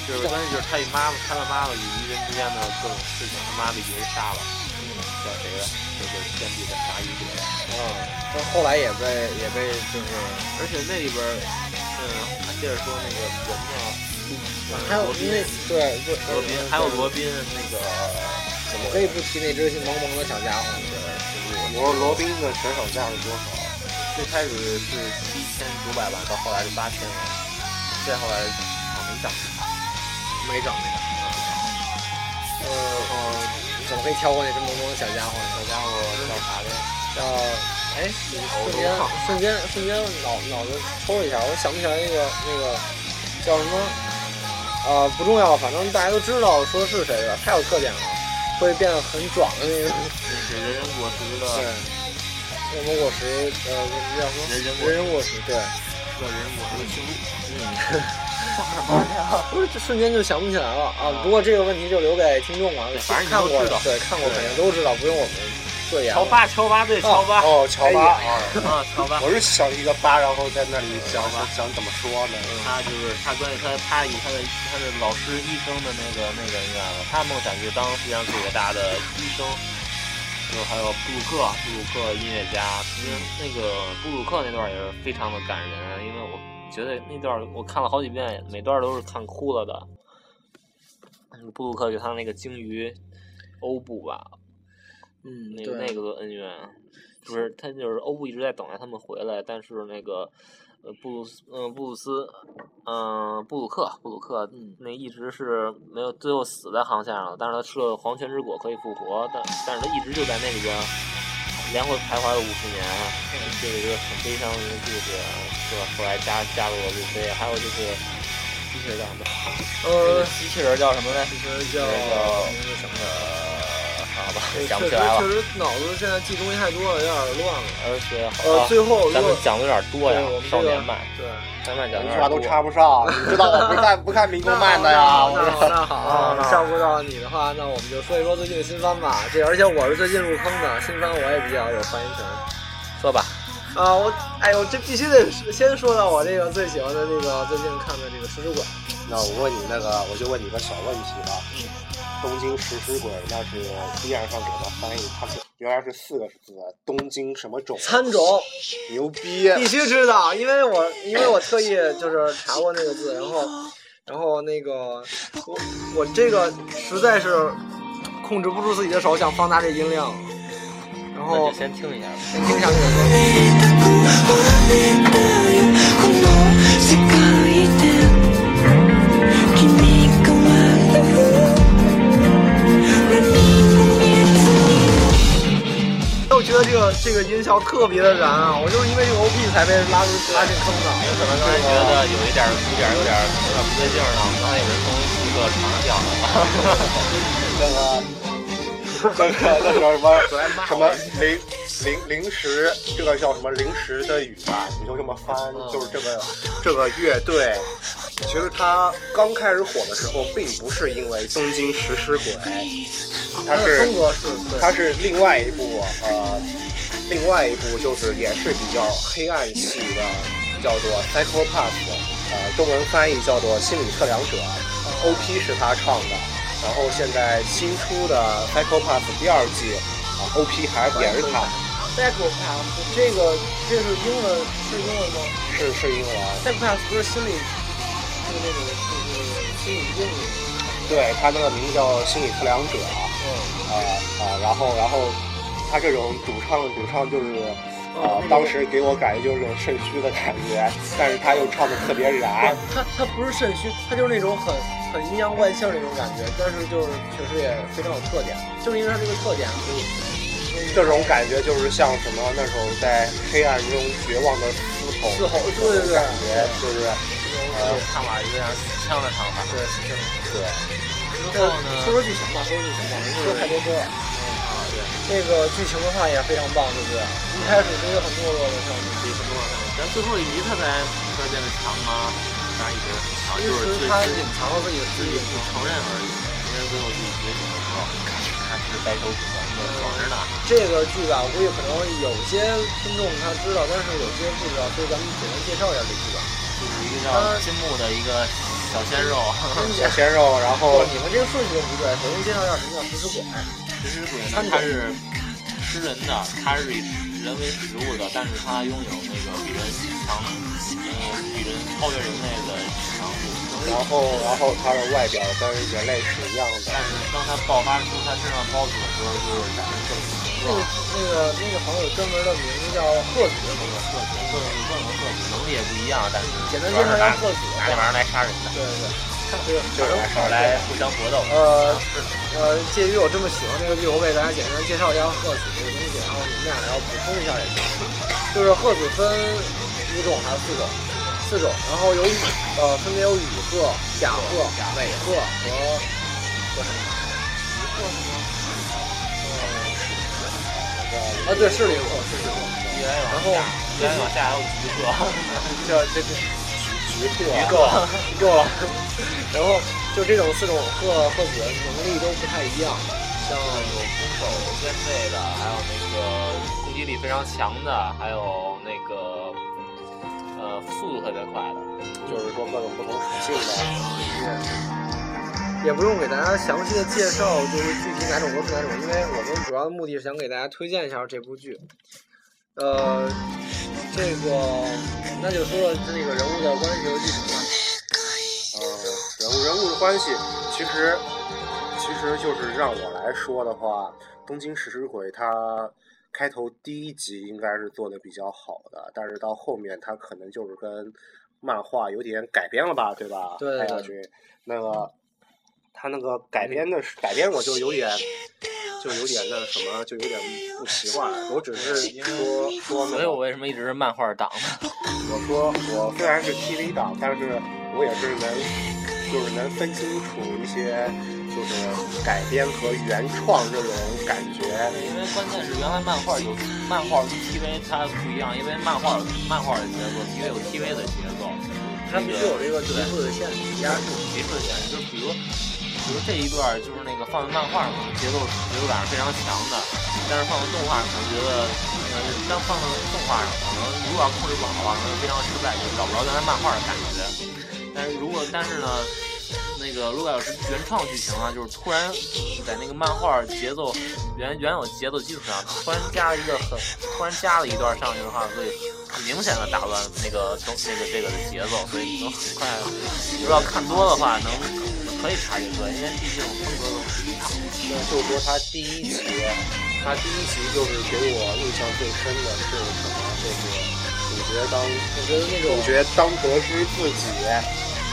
就是关键就是他与妈妈，他的妈妈与鱼人之间的各种事情，他妈被鱼人杀了，叫谁的？就是天帝的杀鱼者。
嗯，但后来也被也被就是
而且那里边儿，嗯，还接着说那个人呢，嗯
还有
罗宾，
那对就
罗宾，还有罗宾那个
怎么可以不提那只萌萌的小家伙呢？
罗罗宾的选手价是多少？
最开始是七千九百万，到后来是八千万，再后来好没涨，
没长没长。呃，哦怎么可以跳过那只萌萌的小家伙呢？
小家伙叫啥来着？
叫哎，瞬间
啊
瞬间瞬间脑脑子抽了一下，我想不起来那个那个叫什么，呃，不重要，反正大家都知道说是谁了，太有特点了，会变得很壮的那种。
那是人人果实的，
对，恶魔果实，呃，那叫什么？
嗯人人果
人人果实，对。
个人果实的驯鹿。
嗯不是，这瞬间就想不起来了啊！不过这个问题就留给听众了，
反正你
看
都
过
知道
对，看过肯定都知道，不用我们赘言了。
乔巴，乔巴对乔巴，
哦，乔巴。
啊，乔巴，
我是想一个八，然后在那里想想想怎么说呢？
他就是他关于他他以他的他的老师医生的那个那个愿望，他梦想就是当世界上最伟大的医生。就是还有布鲁克，布鲁克音乐家，因为那个布鲁克那段也是非常的感人，啊因为我觉得那段我看了好几遍，每段都是看哭了的。布鲁克给他那个鲸鱼欧布吧，
嗯，
那
对
啊
那个恩怨，啊就是他就是欧布一直在等待他们回来，但是那个呃布鲁斯嗯、布鲁斯嗯、布鲁克布鲁克
嗯
那一直是没有最后死在航线上了，但是他吃了黄泉之果可以复活，但但是他一直就在那里边来回徘徊了五十年，
啊
这是一个很悲伤的一个故事，啊是吧？后来加加入了路飞，还有就是机器人叫什么？
呃，
机器人叫什么来？
其实叫
叫
名字什么？
呃，好吧，
确
想不
实
起来
确
了。
实脑子现在记东西太多了，有点乱了。
而且好
呃，
吧，
最后如
啊咱们
果
讲的有点多呀
对我，们
少
这个
年漫，
对，
咱们
(laughs)
讲
一
的
句话
有
都
点
插
多。
不上，你知道我不看不看民工漫的呀，我
那
是
好，那好，
啊
那
那好
好照顾到你的话，那我们就说一说最近的新番吧。这而且我是最近入坑的，新番我也比较有发言权。
说吧，
啊，我哎呦，这必须得先说到我这个最喜欢的这个最近看的这个《食尸鬼》。
(laughs) 那我问你那个，我就问你个小问题吧。东京食尸鬼那是 B 站上给它翻译，它是原来是四个字，东京什么种？
参种
牛逼！
必须知道，因为我因为我特意就是查过那个字，然后然后那个我我这个实在是控制不住自己的手想放大这音量，然
那
后
就先听一下吧。
先听一下这首歌。我觉得这个这个音效特别的燃啊！我就是因为这个 OP 才被拉入拉进坑的。
有可能刚才觉得有一点儿有点儿有点儿有点儿不对劲儿呢，刚才也是从一个床上
那个
掉的。
(laughs) 那个那叫什么什么零零零食，这个叫什么零食的雨吧？你就这么翻，就是这个这个乐队。其实它刚开始火的时候，并不是因为东京食尸鬼，它是
哦风格是对，
它是另外一部呃，另外一部就是也是比较黑暗系的，叫做《Psychopath》，呃，中文翻译叫做《心理测量者》，OP 是他唱的，然后现在新出的《Psychopath》第二季，啊、o p 还也是他，
Psychopath 这个这是英文是英文吗
是是英文，
？Psychopath 不是心理，就是那种就是心理病。
对，他那个名叫《心理测量者》。
嗯，
啊啊，然后然后他这种主唱主唱就是
哦那
啊、
个
当时给我感觉就是这种肾虚的感觉，但是他又唱的特别
啊
燃，
他他不是肾虚，他就是那种很很阴阳怪气儿那种感觉，但是就是确实也非常有特点，就是因为他这个特点，所以
这种感觉就是像什么那种在黑暗中绝望的嘶吼，
嘶吼对对对
感觉
(laughs)
就是
这个看法有点死腔的唱法。
对是这样。
对。
之后
说
呢，
说剧情吧，说说剧情吧，嗯
是
说太多歌了。这啊个剧情的话也非常棒，对不对？一开始是一个很懦弱的少女，
咱最后一集他才他变得强吗？当然一直很强，
其
就是
实
最
她隐藏了自己的
自
实力。
己不承认而已。因为最后一集的时候，还是白手起的，爽着嗯呢。
这个剧吧，我估计可能有些听众他知道，但是有些不知道，所以咱们简单介绍一下这剧吧。
就是一个叫金木的一个小鲜肉，
小鲜肉，然后
哦你们这个顺序都不对，首先介绍一下什么叫食尸鬼。
食尸鬼呢，它是吃人的，它是以人为食物的，但是它拥有那个比人强，呃，比人超越人类的强度
然
能力。
后然后他的外表跟人类是一样的
但，是当它爆发出它身上孢子的时候，就是展现正体形
那个
状。
那个那个好像有专门的名字叫鹤子，
各种特质，各种各种特质，能力也不一样，但是
简单
主
介
要
绍一下鹤
是拿
子。
拿这玩意儿来杀人的，
对对对，
就是来
后来互相搏斗。
呃呃，介于我这么喜欢这个剧，我给大家简单介绍一下鹤子这个东西，然后你们俩要补充一下也行。就是鹤子分五种还是四种？四种，然后有羽呃分别有羽鹤、甲鹤、尾鹤和和什么？啊，对，是里鹤，是里鹤。
一来往下，一来往下还有橘色，
叫这个
橘色，
够了，够了。 (laughs) 然后就这种四种鹤鹤子的能力都不太一样，像
有攻守兼备的，还有那个攻击力非常强的，还有那个呃速度特别快的。
就是说各种不同属性的。
也不用给大家详细的介绍，就是具体哪种歌是哪种，因为我们主要的目的是想给大家推荐一下这部剧。呃，这个那就说说这个人物的关系和剧情吧。
呃，人物人物的关系，其实其实就是让我来说的话，《东京食尸鬼》它开头第一集应该是做的比较好的，但是到后面它可能就是跟漫画有点改编了吧，对吧？
对
看下去那个他那个改编的是改编，我就有点就有点那什么，就有点不习惯了。我只是说说那
所以
个
我为什么一直是漫画党？
我说我虽然是 TV 党，但是我也是能，就是能分清楚一些，就是改编和原创这种感觉。
因为关键是原来漫画有漫画跟 TV 它不一样，因为漫画有漫画的节奏，TV 有 TV 的节奏，
它必须有这个局部的限制压制。
极致选，就比如比如这一段就是那个放在漫画上可能节奏节奏感是非常强的，但是放到动画上，我觉得呃，当放到动画上，可能如果要控制不好的话，可能非常失败，就找不着原来漫画的感觉。但是如果但是呢？那个如果要是原创剧情啊，就是突然在那个漫画节奏原原有节奏基础上，突然加了一个很突然加了一段上去的话，会很明显的打乱那个东那个这个的节奏，所以能很快。如果要看多的话，能可以察觉出来，因为毕竟风格都不一样。
那就是说，他第一集，他第一集就是给我印象最深的是什么？就是主角当
我觉得那种
主角当得知自己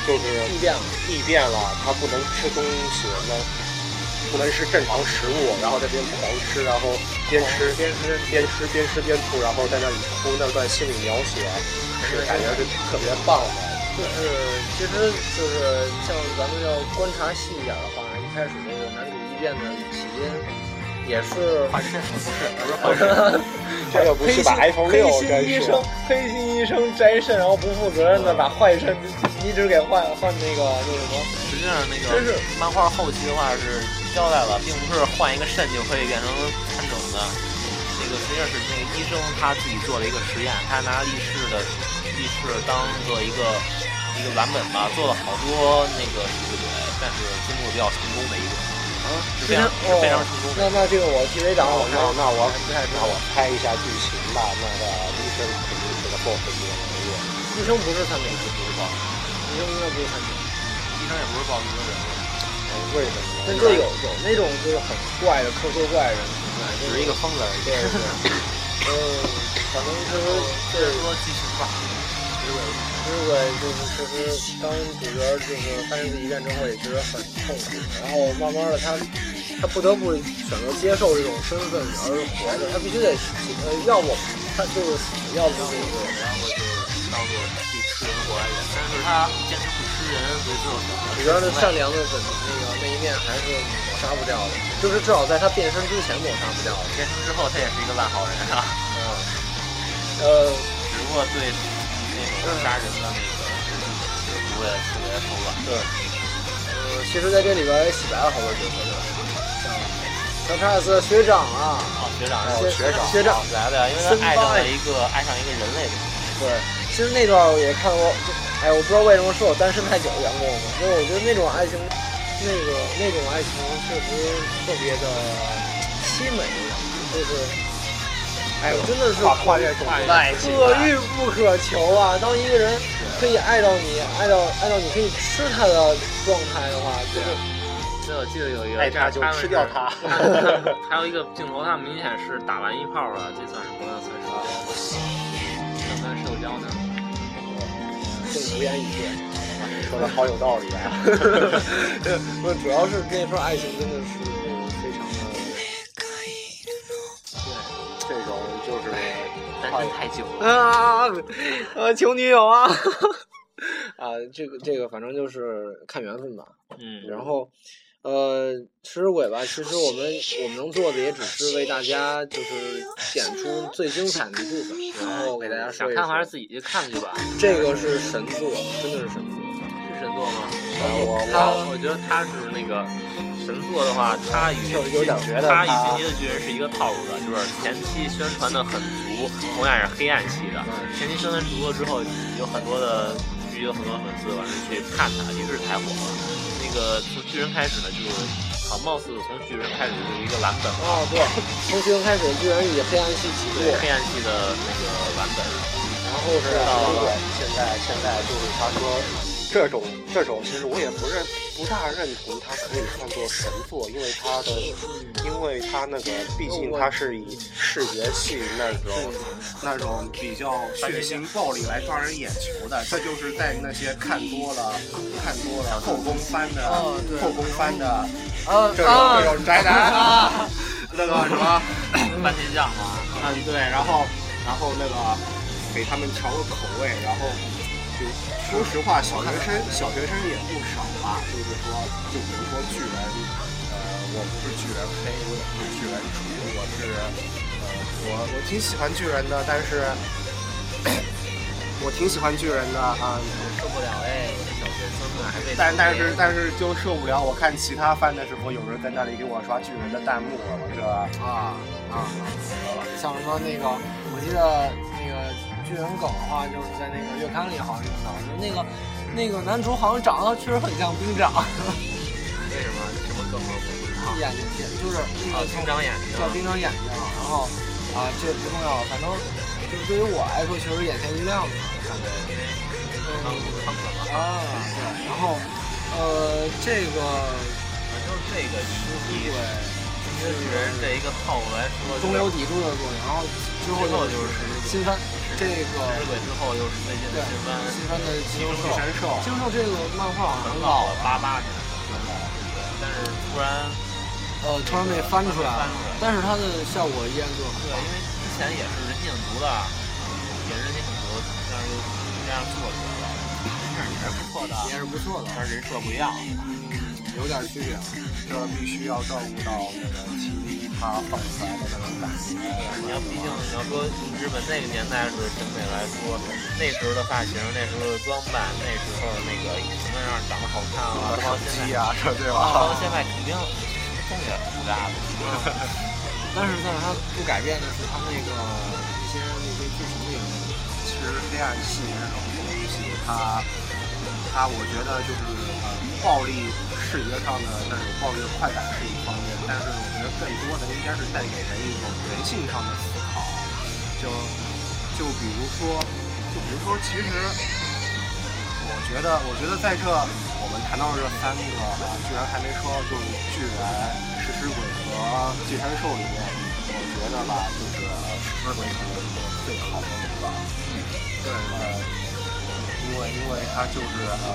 就
地
是
变了，啊
异变了，他不能吃东西，那不能吃正常食物，然后在边狂吃，然后边吃边吃边吃边吃边吐，然后在那里哭那段心理描写，是感觉是特别棒啊的。
就是其实就是像咱们要观察细一点的话，一开始这个男主异变的起因也是 (laughs)
换身不是，不是换身。
这又不是把 iPhone
黑
六
心
真
医
是
生，黑心医生摘肾，然后不负责
啊
任的把坏肾移植给换换那个那什么。
实际上那
真是
个漫画后期的话是交代了，并不是换一个肾就可以变成完整的。那个实际上是那个医生他自己做了一个实验，他拿立式的立式当做一个一个蓝本吧，做了好多那个吸血鬼，但是最后比较成功的一个，是非常是非常成功的。
那那这个我 TV 党我
那那我
不太知
那
道
我。猜一下剧情吧，那个医生肯定是个 BOSS 级的人物。
医生不是他美，
不是 boss，
医生应该不是他美。
医生也不是 boss 的人物，
为什么呢？
但就有有那种就是很怪的科学怪人存在，
只是一个疯子而已。
对对。
(laughs)
嗯，反正就是就
接
是
着说剧情吧，
其实我也就是其实当主角就是发生这一变之后，也觉得很痛苦。然后慢慢的他，他不得不选择接受这种身份而活着，他必须得呃，要不他就是死，要不就是
然后就是当做去吃人活来人，但是他坚持不吃人，所以最后选择
主角的善良的本那个那一面还是抹杀不掉的，就是至少在他变身之前抹杀不掉的。
变身之后，他也是一个烂好人啊，
嗯，呃，
只不过对那种杀人的那个不会特别手软。
呃，其实在这里边也洗白了好多角色，对吧？像像查尔斯学长啊，
啊，学长让我
学
学长
学长
来的，因为他爱上了一个爱上一个人类的，
对，其实那段我也看过，就哎，我不知道为什么是我单身太久的缘故嘛，因为我觉得那种爱情，那个那种爱情确实特别的凄美，就是，哎，真的是哎
跨跨越种
跨越
族，
可遇不可求啊！当一个人可以爱到你，爱到爱到你可以吃他的状态的话，就是
这我记得有一个
爱他就吃掉他。
(laughs) 还有一个镜头，他明显是打完一炮了，这算什么？算是算是受教呢？
更无言以对。
说的好有道理
(laughs)
啊。
不，主要是那份爱情真的是那种非常的
这种就是
单身太久
(laughs)
了，
啊，呃，求女友啊， (laughs) 啊，这个这个反正就是看缘分吧。
嗯，
然后，呃，吃尾巴，其实我们我们能做的也只是为大家就是剪出最精彩的一部分，然后给大家说
想
一
看还是
说。
自己去看去吧，
这个是神作，真的是神作。
是神作吗？
我
他，我觉得他是那个神作的话，他与
就是有点觉得
他与
他
进击的巨人是一个套路的，就是前期宣传的很足，同样也是黑暗系的。
嗯
前期宣传足了之后，有很多的就有很多粉丝晚上去看他，于是才火了。那个从巨人开始呢，就是好貌似从巨人开始就是一个蓝本了，
哦，对，从学开始居然以黑暗系起
对
步，
黑暗系的那个蓝本。
然后是
对啊，现在现在就是他说
这种这种，其实我也不认不大认同它可以算作神作，因为它的，因为它那个毕竟它是以视觉系那种
(laughs) 那种比较血腥暴力来抓人眼球的，这就是在那些看多了、看多了后宫番的、
哦对
后宫番的
哦
啊
这种、
啊
这种宅男
啊，
(laughs)
那个什么，
(coughs) 半天酱嘛，
嗯对，然后然后那个给他们调个口味，然后就说实话，小学生小学生也不少吧，就是说，就比如说巨人，呃，我不是巨人黑，我也不是巨人猪，我是呃，我我挺喜欢巨人的，但是我挺喜欢巨人的啊。
受不了哎，我这小学生呢还被
但但是但是就受不了，我看其他番的时候，有人在那里给我刷巨人的弹幕，我这啊啊，
像什么那个，我记得那个巨人梗的话，
啊
就是在那个月刊里好像用到，就是那个那个男主好像长得确实很像兵长，
为什么这么更吗？
眼睛也就是那
啊
个，
成长眼睛
叫兵长眼睛，然后啊这不重要，反正就是对于我来说确实眼前一亮的感觉。
刚刚怎么？
啊，对，然后呃这个
反正这个
对
以这巨人这一个套路来说，
呃中流砥柱的作用，然后之后
之后
就
就是食
新番这
尸
个
鬼之后又是最近的
对
新番，
新番的金
金
兽
兽。
神兽。
金兽这个漫画好
很
像
老
老
了，
了，
八八年很老了，对但是突然
呃，突然被翻出来
翻
了，
出来了，
但是它的效果依然做得很
对，因
好。
为之前也是人气很足的，也是人气很足，但是又这样做出来了，这也是不错的，
也是不错的，
但是人设不一样了。
有点区别。
这必须要照顾到那个体力它放出来的那种感觉。
你要毕竟你要说日本那个年代的审美来说，那时候的发型，那时候的装扮，那时候那个什么样长得好看啊，包括现
鸡
在，
呀，这对
包括
吧？
现在肯定风也复杂的。
但是但是它不改变的是它那个一些那些剧情里面，
其实黑暗系这种东西，它它我觉得就是呃暴力视觉上的那种暴力的快感是一方面，但是我觉得更多的应该是带给人一种人性上的思考。就就比如说，就比如说，其实我觉得，我觉得在这我们谈到这三个啊，居然还没说，就是巨人、食尸鬼和寄生兽里面，我觉得吧，就是食尸鬼可能是最好的一个。对呃，因为因为它就是呃，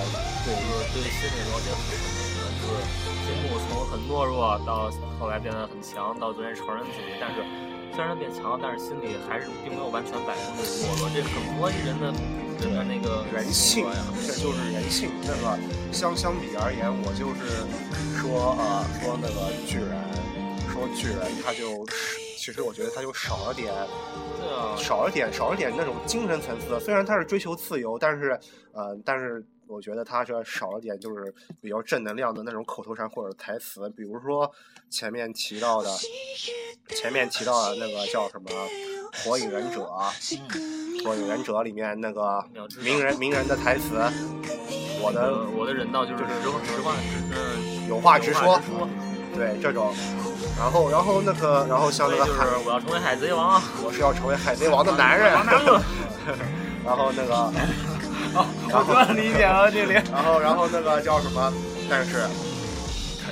就是对心理了解很深的，就是金木从很懦弱到后来变得很强，到逐渐承认自己，但是虽然他变强了，但是心里还是并没有完全摆脱的懦弱，这很磨人的人啊的那个
人性
呀。，
这就是人性。那个相相比而言，我就是说呃说那个巨人，说巨人他就是，其实我觉得他就少了点。
对啊，
少了点少了点那种精神层次的。虽然他是追求自由，但是呃，但是我觉得他这少了点就是比较正能量的那种口头禅或者台词，比如说前面提到的，前面提到的那个叫什么《火影忍者》啊，火影忍者》里面那个
嗯秒知道
鸣人鸣人的台词，我的
呃，我的忍道就是
就是
直话直话直嗯，
有话直
有
说
话，直说，
对这种。然后，然后那个，然后像那
所以
个
就是
海，
我要成为海贼 (laughs) 王，
我是要成为海贼王的男人。 (laughs) 然后那个，然后
理解了这里。
然后然后那个叫什么？但是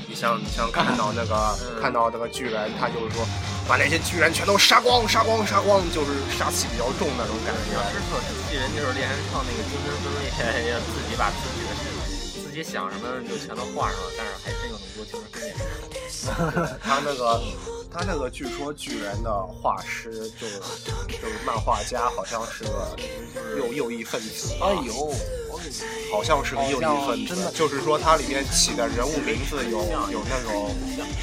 你像你像看到那个
嗯
看到那个巨人，他就是说把那些巨人全都杀光杀光杀光，就是杀气比较重那种感
要知
觉。
道自己人就是练人创那个精神分裂，要自己把自己的自己想什么就全都画上了，但是还真有那么多精神分裂。
他那个他那个据说巨人的画师就是就是漫画家，好像是个右右翼分子。
哎呦，
好像是个右翼分
好像真
子
的，
就是说它里面起的人物名字有有那种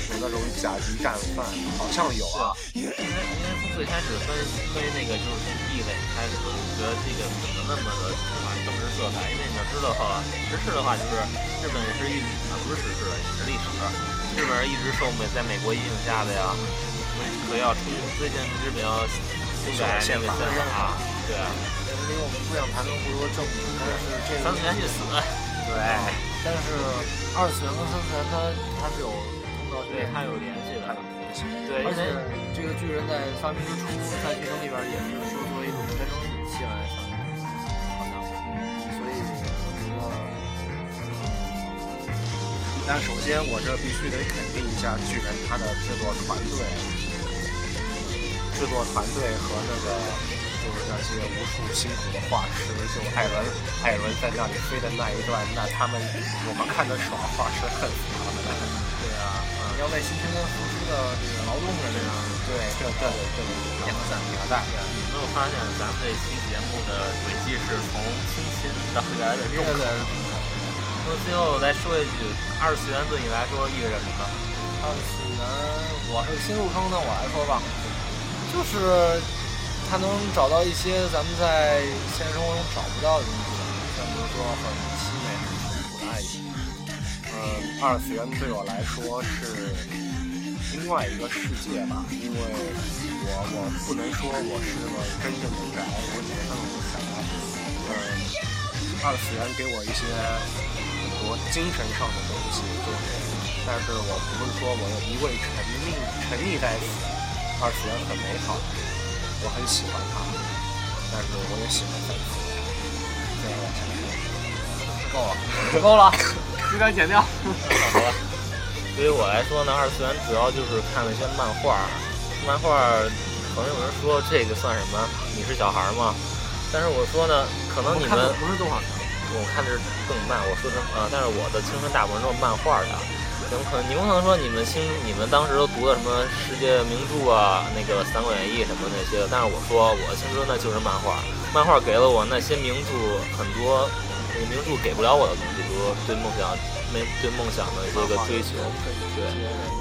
有那种甲级战犯，好像有
对
啊
啊，，因为因为从最开始分分那个就是从壁垒开始，我觉得这个不能那么的充满政治色彩，因为你要知道哈，时事的话就是日本是一啊不是时事，是历史，日本人一直受美在美国影响下的呀，所以所以要出最近日本要修改那个宪法，对啊，
因为我们不想谈论过多政治，但是这个
三次元去死，对。
但是二次元跟三次元它它是有通道
对，
的。
它有联系的。对，
而
因
且
为
这个巨人在发明之初，在剧情里边也是说作为一种战争武器来发明的，所以这个
但首先我这必须得肯定一下巨人他的制作团队，制作团队和那个就是那些无数辛苦的画师，就艾伦艾伦在那里飞的那一段，那他们我们看得爽，画师恨死他们了。对啊，
你要为辛勤的付出的这个劳动的这个
对，这这这这两个赞，两个赞。
有没有发现咱们这期节目的轨迹是从清新到越来越重口？那最后我再说一句，二次元对你来说意味着什么？
二次元，我是新入坑的，我来说吧，就是他能找到一些咱们在现实生活中找不到的东西，像比如说很凄美、很苦的爱情。
呃，二次元对我来说是另外一个世界吧，因为我我不能说我是个真正的宅，我只能我宅。呃，二次元给我一些呃很多精神上的东西，就是，但是我不是说我一味沉溺沉溺在此，二次元很美好，我很喜欢它，但是我也喜欢三次元。这样我想说
够了，应该剪掉。
对于我来说呢，二次元主要就是看了一些漫画儿，漫画儿可能有人说这个算什么？你是小孩儿吗？但是我说呢，可能你
看的
们
不是动画片，
我看的是动漫，我说的啊、但是我的青春大部分都是漫画的。你们可能你们可能说你们青你们当时都读的什么世界名著啊，那个《三国演义》什么那些的，但是我说我青春的就是漫画，漫画给了我那些名著很多，那个名著给不了我的东西，比如对梦想没对梦想的这个追求，对，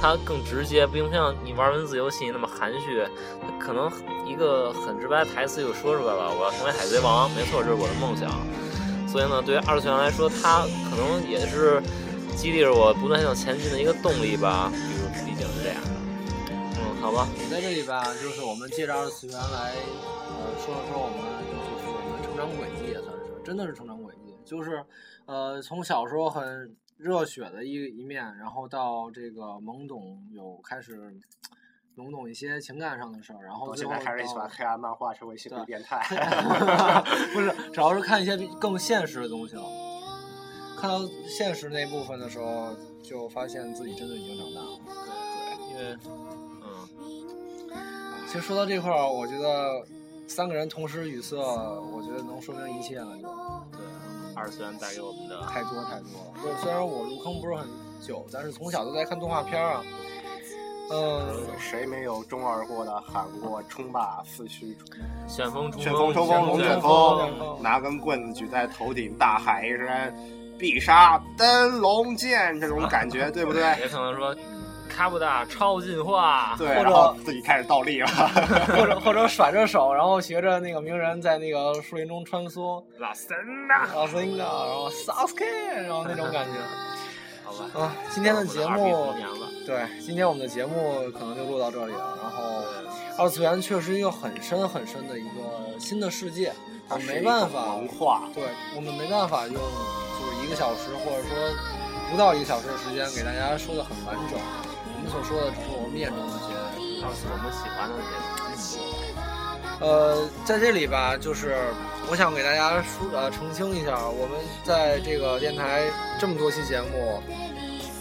它更直接，不用像你玩文字游戏那么含蓄，它可能一个很直白的台词就说出来了，我要成为海贼王，没错，这是我的梦想。所以呢，对于二次元来说，它可能也是激励着我不断向前进的一个动力吧。比如，毕竟是这样的。嗯，好吧，
在这里吧，就是我们借着二次元来，呃，说说我们就是我们成长轨迹，也算是真的是成长轨迹，就是呃，从小时候很热血的一一面，然后到这个懵懂有开始懵懂一些情感上的事儿，然后
我
最
现
后
在开始喜欢
到
黑暗漫画，成为心理变
(laughs)
态。
不是，主要是看一些比更现实的东西了。看到现实那部分的时候，就发现自己真的已经长大了。
因为，嗯，
其实说到这块儿，我觉得三个人同时语塞，我觉得能说明一切了，就
对，二次元带给我们的，
太多太多了。就虽然我入坑不是很久，但是从小都在看动画片儿啊。嗯，
(laughs) 谁没有中二过的喊过称霸四驱
旋风冲
旋风冲锋龙卷风，拿根棍子举在头顶大喊一声“必杀灯笼剑”这种感觉，对不对？
(laughs)
也可能说，卡布达超进化，
对，
或者啊
然后自己开始倒立了。
或者或者甩着手，然后学着那个鸣人在那个树林中穿梭，
拉森呐，
然后 Zinga，然后 Sasuke，然后那种感觉
好吧。
啊。今天的节目
我们的二逼童年了
对，今天我们的节目可能就录到这里了。然后，二次元确实一个很深很深的一个新的世界，我们没
(laughs)
办法，
文化
对我们没办法用就是一个小时或者说不到一个小时的时间给大家说的很完整。我们所说的只是我们眼中的一些
告诉我们喜欢的那些东西。
呃，在这里吧，就是我想给大家说呃澄清一下，我们在这个电台这么多期节目，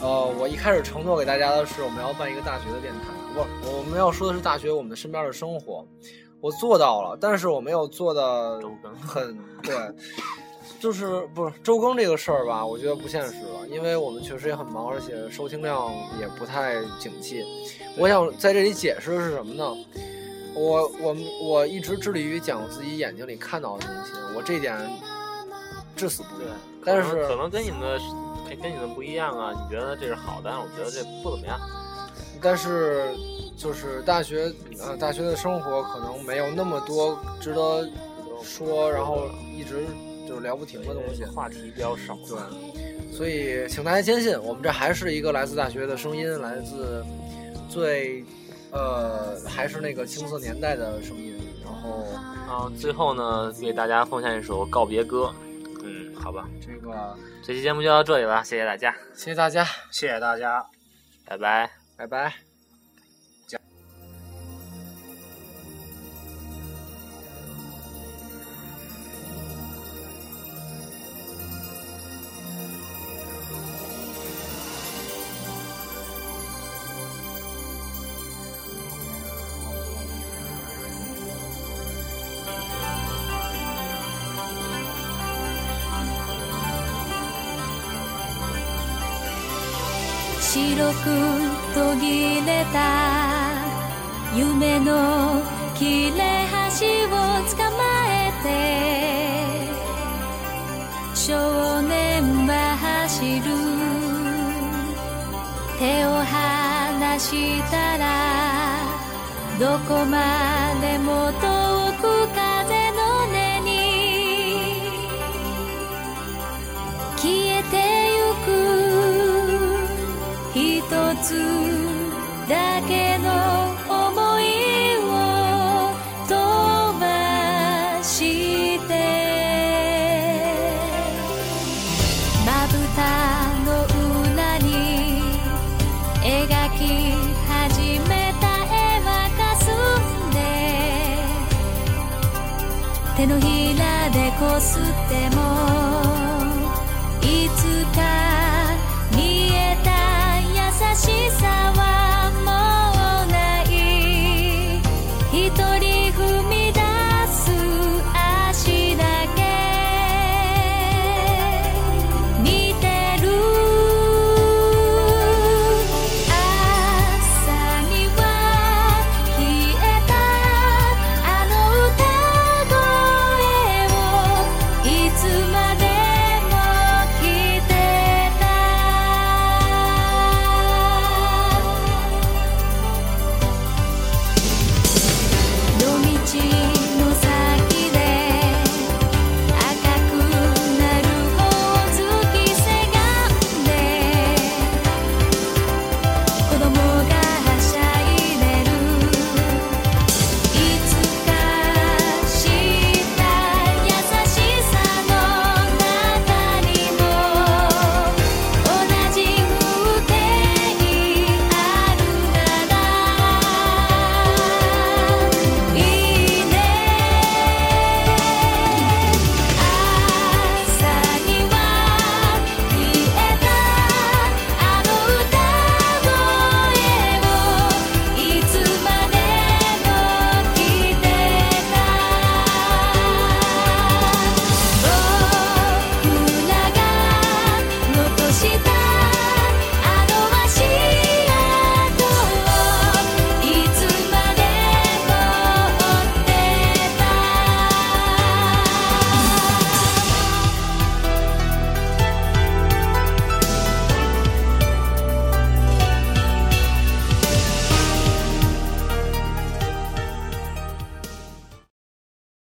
呃，我一开始承诺给大家的是我们要办一个大学的电台，不，我们要说的是大学我们的身边的生活，我做到了，但是我没有做的
周更
很对。就是不是周更这个事儿吧？我觉得不现实了，因为我们确实也很忙，而且收听量也不太景气。我想在这里解释的是什么呢？我我们我一直致力于讲我自己眼睛里看到的东西，我这一点至死不渝。但
可能可
是，
能跟你们的哎跟你们不一样啊，你觉得这是好，但是我觉得这不怎么样。
但是就是大学呃大学的生活可能没有那么多值得说，然后一直就是聊不停的东西。
话题比较少，对，
所以，请大家坚信，我们这还是一个来自大学的声音，来自最呃还是那个青涩年代的声音。然后
啊，最后呢，为大家奉献一首告别歌。嗯，好吧，
这个
这期节目就到这里了，谢谢大家，
谢谢大家，
谢谢大家。
拜拜。
拜拜。
「
白く途切れた夢の切れ端を捕まえて少年は走る手を離したらどこまでも遠く風の音に消えてゆく一つだけの想いを飛ばしてまぶたの裏に描き始めた絵は霞んで手のひらでこすってもいつか見えた優しさ